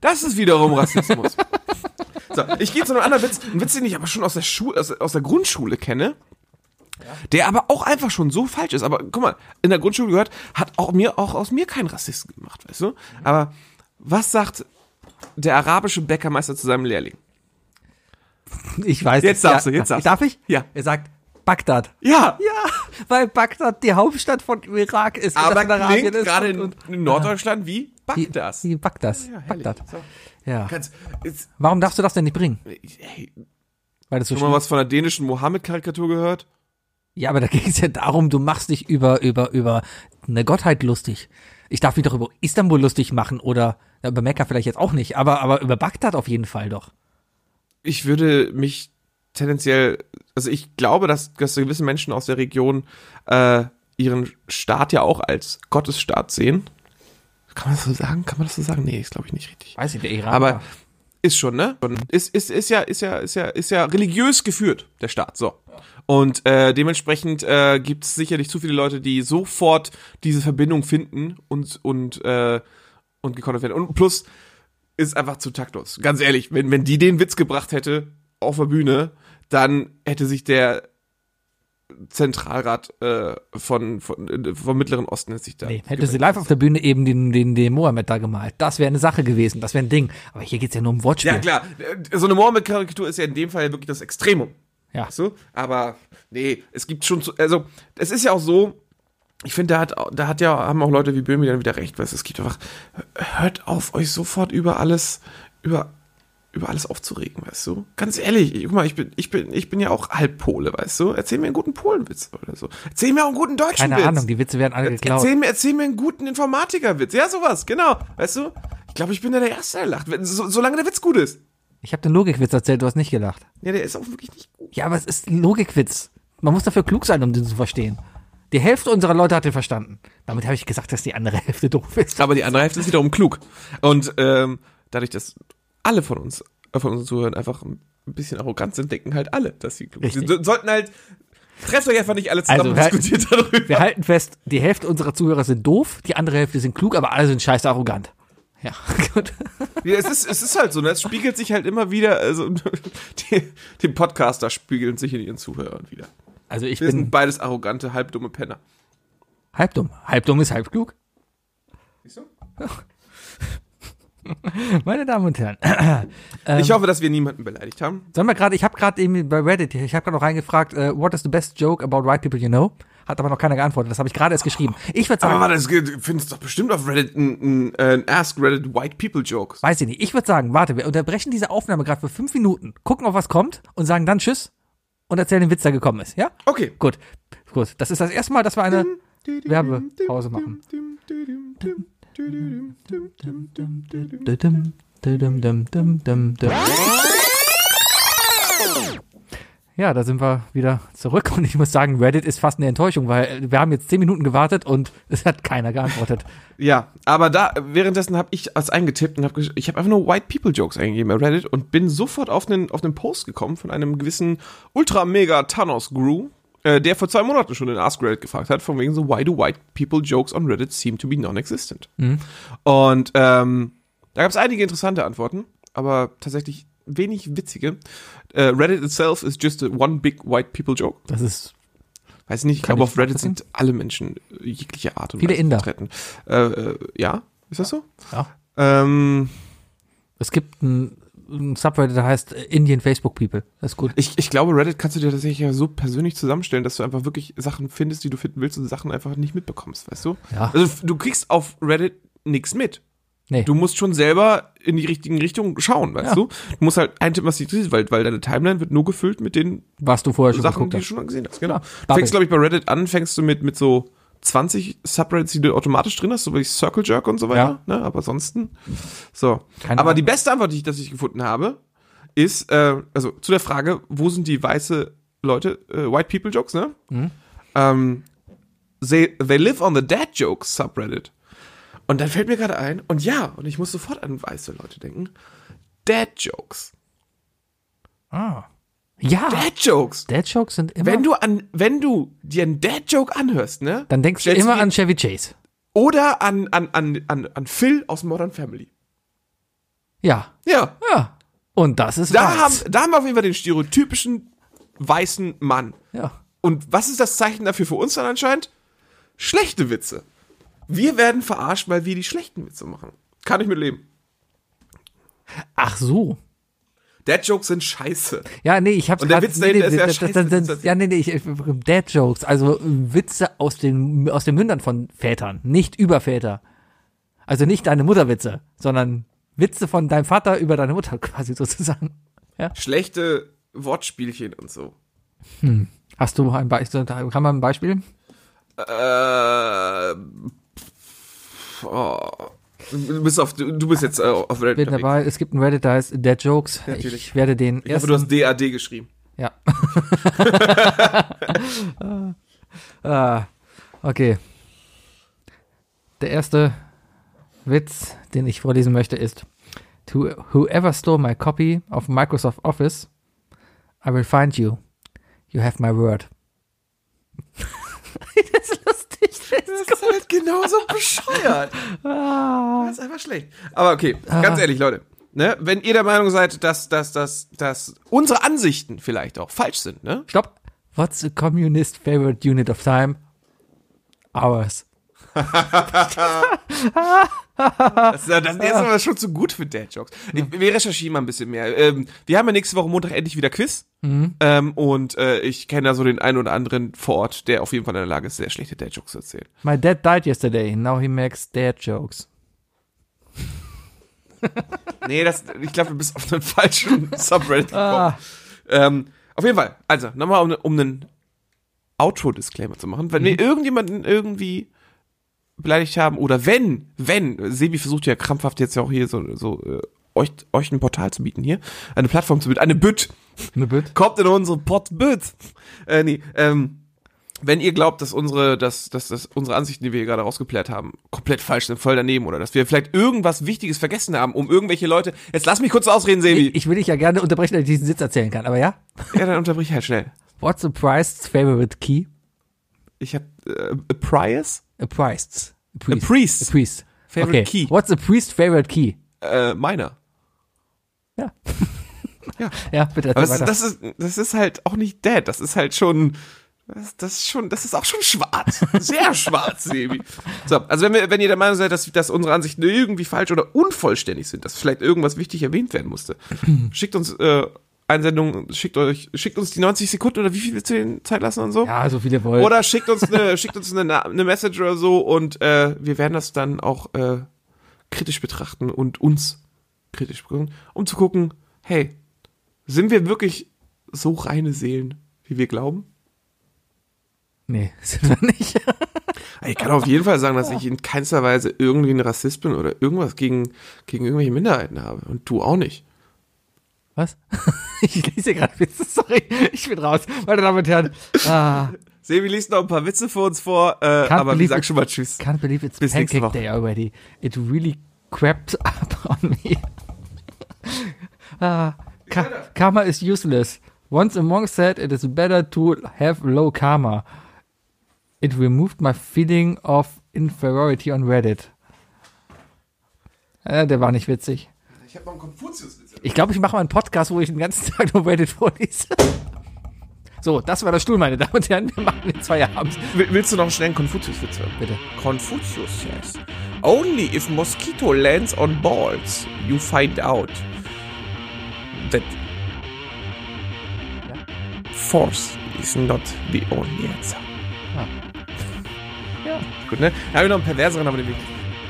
S3: Das ist wiederum Rassismus. so, ich gehe zu einem anderen Witz, einen Witz, den ich aber schon aus der Schule, aus, aus der Grundschule kenne, der aber auch einfach schon so falsch ist. Aber guck mal, in der Grundschule gehört, hat auch mir auch aus mir kein Rassisten gemacht, weißt du? Aber was sagt der arabische Bäckermeister zu seinem Lehrling?
S2: Ich weiß
S3: Jetzt
S2: das-
S3: darfst du, jetzt darfst du.
S2: Darf ich?
S3: Ja.
S2: Er sagt Bagdad.
S3: Ja,
S2: Ja, weil Bagdad die Hauptstadt von Irak ist. und
S3: aber
S2: das Arabien
S3: klingt
S2: ist
S3: gerade
S2: und-
S3: in,
S2: und-
S3: in Norddeutschland wie
S2: die,
S3: Bagdas.
S2: Die Bagdas.
S3: Ja, herrlich.
S2: Bagdad.
S3: So.
S2: Ja.
S3: Kannst, jetzt,
S2: Warum darfst du das denn nicht bringen?
S3: hey,
S2: Weil das so
S3: schon mal
S2: schlimm
S3: was von der dänischen Mohammed-Karikatur gehört?
S2: Ja, aber da ging es ja darum, du machst dich über, über, über eine Gottheit lustig. Ich darf mich doch über Istanbul lustig machen oder ja, über Mekka vielleicht jetzt auch nicht, aber, aber über Bagdad auf jeden Fall doch.
S3: ich würde mich tendenziell, also ich glaube, dass, dass gewisse Menschen aus der Region äh, ihren Staat ja auch als Gottesstaat sehen. Kann man das so sagen? Kann man das so sagen? Nee, ist glaube ich nicht richtig.
S2: Weiß ich, der Irak.
S3: Aber ist schon, ne? Ist, ist, ist ja, ist ja, ist ja, ist ja religiös geführt, der Staat. So. Und äh, dementsprechend äh, gibt es sicherlich zu viele Leute, die sofort diese Verbindung finden und, und, äh, und gekontert werden. Und plus ist einfach zu taktlos. Ganz ehrlich, wenn, wenn die den Witz gebracht hätte auf der Bühne, dann hätte sich der Zentralrat äh, von, von, äh, vom Mittleren Osten hätte sich da.
S2: Nee, hätte sie live auf der Bühne eben den, den, den Mohammed da gemalt. Das wäre eine Sache gewesen, das wäre ein Ding. Aber hier geht's ja nur um Wortspiel.
S3: Ja, klar. So eine Mohammed-Karikatur ist ja in dem Fall wirklich das Extremum.
S2: Ja.
S3: Weißt du? Aber nee, es gibt schon zu, also es ist ja auch so, ich finde, da hat, au- da hat ja, haben auch Leute wie Böhmi dann wieder recht, weil es gibt einfach, hört auf, euch sofort über alles, über, über alles aufzuregen, weißt du? Ganz ehrlich, ich- guck mal, ich bin, ich bin, ich bin ja auch halb Pole, weißt du? Erzähl mir einen guten Polenwitz oder so. Erzähl mir auch einen guten deutschen
S2: Keine
S3: Witz.
S2: Ahnung, die Witze werden alle geklaut.
S3: Erzähl mir, erzähl mir einen guten Informatikerwitz. Ja, sowas, genau. Weißt du? Ich glaube, ich bin da der Erste, der lacht. Wenn- So, solange der Witz gut ist.
S2: Ich habe den Logikwitz erzählt, du hast nicht gelacht.
S3: Ja, der ist auch wirklich nicht gut.
S2: Ja, aber es ist ein Logikwitz. Man muss dafür klug sein, um den zu verstehen. Die Hälfte unserer Leute hat den verstanden. Damit habe ich gesagt, dass die andere Hälfte doof ist.
S3: Aber die andere Hälfte ist wiederum klug. Und ähm, dadurch, dass alle von uns, äh, von unseren Zuhörern einfach ein bisschen arrogant sind, denken halt alle, dass sie klug
S2: Richtig.
S3: sind. So- Sollten halt, trefft euch einfach nicht alle zusammen
S2: Also,
S3: und
S2: wir-
S3: diskutiert darüber.
S2: Wir halten fest, die Hälfte unserer Zuhörer sind doof, die andere Hälfte sind klug, aber alle sind scheiße arrogant. Ja, gut.
S3: Ja, es, ist, es ist halt so, ne? es spiegelt sich halt immer wieder, also die, die Podcaster spiegeln sich in ihren Zuhörern wieder.
S2: Also ich
S3: Wir sind
S2: bin
S3: beides arrogante, halbdumme Penner.
S2: halb dumm. Halb dumm ist halb klug.
S3: Siehst du?
S2: Meine Damen und Herren, Ähm.
S3: ich hoffe, dass wir niemanden beleidigt haben.
S2: sollen wir gerade, ich habe gerade eben bei Reddit, ich habe gerade noch reingefragt, äh, what is the best joke about white people you know? Hat aber noch keiner geantwortet, das habe ich gerade erst geschrieben. Ich würde
S3: Aber
S2: sagen,
S3: warte, es gibt- findest doch bestimmt auf Reddit einen ein Ask Reddit White People Jokes.
S2: weiß ich nicht, ich würde sagen, warte, wir unterbrechen diese Aufnahme gerade für fünf Minuten, gucken, auf was kommt und sagen dann Tschüss und erzählen den Witz, der gekommen ist, ja?
S3: Okay.
S2: Gut, gut, das ist das erste Mal, dass wir eine Werbepause machen. Dum, dum, dum, dum, dum, dum. Ja, da sind wir wieder zurück und ich muss sagen, Reddit ist fast eine Enttäuschung, weil wir haben jetzt 10 Minuten gewartet und es hat keiner geantwortet.
S3: Ja, aber da währenddessen habe ich was eingetippt und habe ich habe einfach nur White People Jokes eingegeben bei Reddit und bin sofort auf einen auf einen Post gekommen von einem gewissen Ultra Mega Thanos Gru, äh, der vor zwei Monaten schon in Ask Reddit gefragt hat, von wegen so Why do White People Jokes on Reddit seem to be non-existent? Und ähm, da gab es einige interessante Antworten, aber tatsächlich wenig witzige. Äh, Reddit itself is just a one big white people joke.
S2: Das ist
S3: Weiß nicht, ich
S2: Kann
S3: glaube,
S2: ich
S3: auf Reddit
S2: verstehen.
S3: sind alle Menschen äh, jeglicher Art und
S2: Viele Inder.
S3: vertreten. Äh, äh, ja, ist das so?
S2: Ja.
S3: Ähm,
S2: es gibt ein, ein Subreddit, der heißt äh, Indian Facebook People. Das ist gut.
S3: ich, ich glaube, Reddit kannst du dir tatsächlich ja so persönlich zusammenstellen, dass du einfach wirklich Sachen findest, die du finden willst und Sachen einfach nicht mitbekommst, weißt du?
S2: Ja.
S3: Also f- du kriegst auf Reddit nichts mit.
S2: Nee.
S3: Du musst schon selber in die richtigen Richtungen schauen, weißt
S2: Ja.
S3: du? Du musst halt eintippen, was dich interessiert, weil, weil deine Timeline wird nur gefüllt mit den
S2: was du vorher schon
S3: Sachen,
S2: geguckt
S3: die du
S2: hast.
S3: schon gesehen hast, genau.
S2: Ja,
S3: du
S2: Bubble.
S3: fängst, glaube ich, bei Reddit an, fängst du mit, mit so 20 Subreddits, die du automatisch drin hast, so wie Circle Jerk und so weiter, ne? Aber ansonsten, so.
S2: Keine
S3: Aber
S2: Ahnung.
S3: die beste Antwort, die ich, dass ich gefunden habe,
S2: Mhm.
S3: ist, äh, also zu der Frage, wo sind die weiße Leute, äh, White People Jokes, ne? ähm, they, they live on the dad jokes Subreddit. Und dann fällt mir gerade ein, und ja, und ich muss sofort an weiße Leute denken, dad jokes.
S2: Ah. Ja.
S3: Dad jokes.
S2: Dad Jokes sind immer.
S3: Wenn du an, wenn du dir einen Dad Joke anhörst, ne?
S2: dann denkst du
S3: stellst
S2: immer
S3: dir-
S2: an Chevy Chase.
S3: oder an an an an an Phil aus Modern Family.
S2: Ja.
S3: Ja.
S2: Ja. Und das ist
S3: Da haben,
S2: weiß.
S3: da haben wir auf jeden Fall den stereotypischen weißen Mann.
S2: Ja.
S3: Und was ist das Zeichen dafür für uns dann anscheinend? Schlechte Witze. Wir werden verarscht, weil wir die schlechten Witze machen. Kann ich mit leben.
S2: Ach so.
S3: Dad-Jokes sind scheiße.
S2: Ja, nee, ich hab's
S3: Und der
S2: grad-
S3: Witz dahinter ist ja
S2: das- das-
S3: scheiße,
S2: das-
S3: das ist-
S2: Ja, nee, nee, ich, Dad Jokes, also äh, Witze aus den aus den Mündern von Vätern, nicht über Väter. Also nicht deine Mutterwitze, sondern Witze von deinem Vater über deine Mutter quasi sozusagen.
S3: Schlechte Wortspielchen und so.
S2: Hast du ein Beispiel? Kann man ein Beispiel?
S3: Äh, pff, oh. Du bist auf, du du bist jetzt äh, auf Reddit.
S2: Bin
S3: unterwegs.
S2: dabei. Es gibt einen Reddit, da heißt Dad Jokes.
S3: natürlich.
S2: Ich werde den
S3: Ich hoffe,
S2: ersten.
S3: du hast DAD geschrieben.
S2: ja. ah, okay. Der erste Witz, den ich vorlesen möchte, ist: To whoever stole my copy of Microsoft Office, I will find you. You have my word. das ist lustig. Das
S3: Das ist halt genauso bescheuert. Das ist einfach schlecht. Aber okay, ganz ehrlich, Leute. Ne? Wenn ihr der Meinung seid, dass, dass, dass, dass unsere Ansichten vielleicht auch falsch sind, ne?
S2: Stopp. What's a communist favorite unit of time? Ours.
S3: Das, das, das ist aber schon zu gut für Dad-Jokes. Ich- Wir recherchieren mal ein bisschen mehr. Ähm, wir haben ja nächste Woche Montag endlich wieder Quiz. Ähm, und äh, ich kenne da so den einen oder anderen vor Ort, der auf jeden Fall in der Lage ist, sehr schlechte Dad-Jokes zu erzählen.
S2: My dad died yesterday. Now he makes dad jokes.
S3: Nee, das, ich glaube, du bist auf einen falschen Subreddit gekommen. Ähm, auf jeden Fall, also nochmal, um, um einen Outro-Disclaimer zu machen. Wenn wir irgendjemanden irgendwie beleidigt haben oder wenn, wenn, Sebi versucht ja krampfhaft jetzt ja auch hier so, so äh, euch, euch ein Portal zu bieten hier, eine Plattform zu bieten, eine Bütt,
S2: Eine Bit?
S3: kommt in unsere Pottbütt. Äh, nee, ähm, wenn ihr glaubt, dass unsere, dass, dass, dass unsere Ansichten, die wir hier gerade rausgeplärt haben, komplett falsch sind, voll daneben oder dass wir vielleicht irgendwas Wichtiges vergessen haben, um irgendwelche Leute. Jetzt lass mich kurz ausreden, Sebi.
S2: Ich, ich will dich ja gerne unterbrechen, dass ich diesen Sitz erzählen kann, aber ja.
S3: ja, dann unterbrich halt schnell.
S2: What's a priest's favorite key?
S3: Ich habe äh, a Prius,
S2: A priest's. A priest.
S3: priest.
S2: A priest.
S3: Favorite
S2: okay.
S3: key.
S2: What's a priest's favorite key?
S3: äh, meiner.
S2: Ja.
S3: Ja.
S2: Ja, bitte
S3: Aber
S2: erzähl
S3: das,
S2: weiter.
S3: das ist, das ist halt auch nicht Dad. Das ist halt schon, das, das ist schon, das ist auch schon schwarz. Sehr schwarz, Sebi. So, also wenn wir, wenn ihr der Meinung seid, dass, dass unsere Ansichten irgendwie falsch oder unvollständig sind, dass vielleicht irgendwas wichtig erwähnt werden musste, schickt uns, äh, Einsendungen, schickt euch, schickt uns die 90 Sekunden oder wie viel willst du den Zeit lassen und so?
S2: ja, also so viele wollen.
S3: Oder schickt uns eine, schickt uns eine, Na- eine Message oder so und äh, wir werden das dann auch äh, kritisch betrachten und uns kritisch prüfen, um zu gucken, hey, sind wir wirklich so reine Seelen, wie wir glauben?
S2: nee, sind wir nicht.
S3: Ich kann auf jeden Fall sagen, dass ich in keinster Weise irgendwie ein Rassist bin oder irgendwas gegen, gegen irgendwelche Minderheiten habe. Und du auch nicht.
S2: Was? Ich lese hier gerade Witze, sorry. Ich bin raus. Meine Damen und Herren. Ah,
S3: Sebi liest noch ein paar Witze für uns vor, äh, aber wir
S2: believe
S3: sagen
S2: it-
S3: schon mal Tschüss.
S2: can't believe it's
S3: Bis nächste
S2: Pancake
S3: Woche.
S2: Day already. It really crept up on me. Ah, ka karma is useless. Once a monk said it is better to have low karma. It removed my feeling of inferiority on Reddit. Äh, der war nicht witzig.
S3: Ich habe noch einen Konfuzius-Witz.
S2: Ich glaube, ich mache mal einen Podcast, wo ich den ganzen Tag nur Reddit vorlese. So, das war der Stuhl, meine Damen und Herren. Wir machen jetzt Feierabend.
S3: Willst du noch schnell einen Konfuzius-Witz hören?
S2: Bitte.
S3: Confucius says, Only if mosquito lands on balls, you find out that force is not the only answer.
S2: Ah. Ja.
S3: Gut, ne? Da habe ich noch einen perverseren, aber den,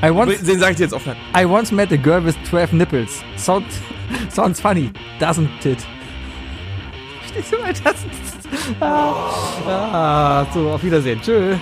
S2: I once
S3: den sage ich dir jetzt offline.
S2: I once met a girl with 12 nipples. Sound, sounds funny, doesn't it? Stehst du mal, das ist. Ah, ah, so, auf Wiedersehen. Tschüss.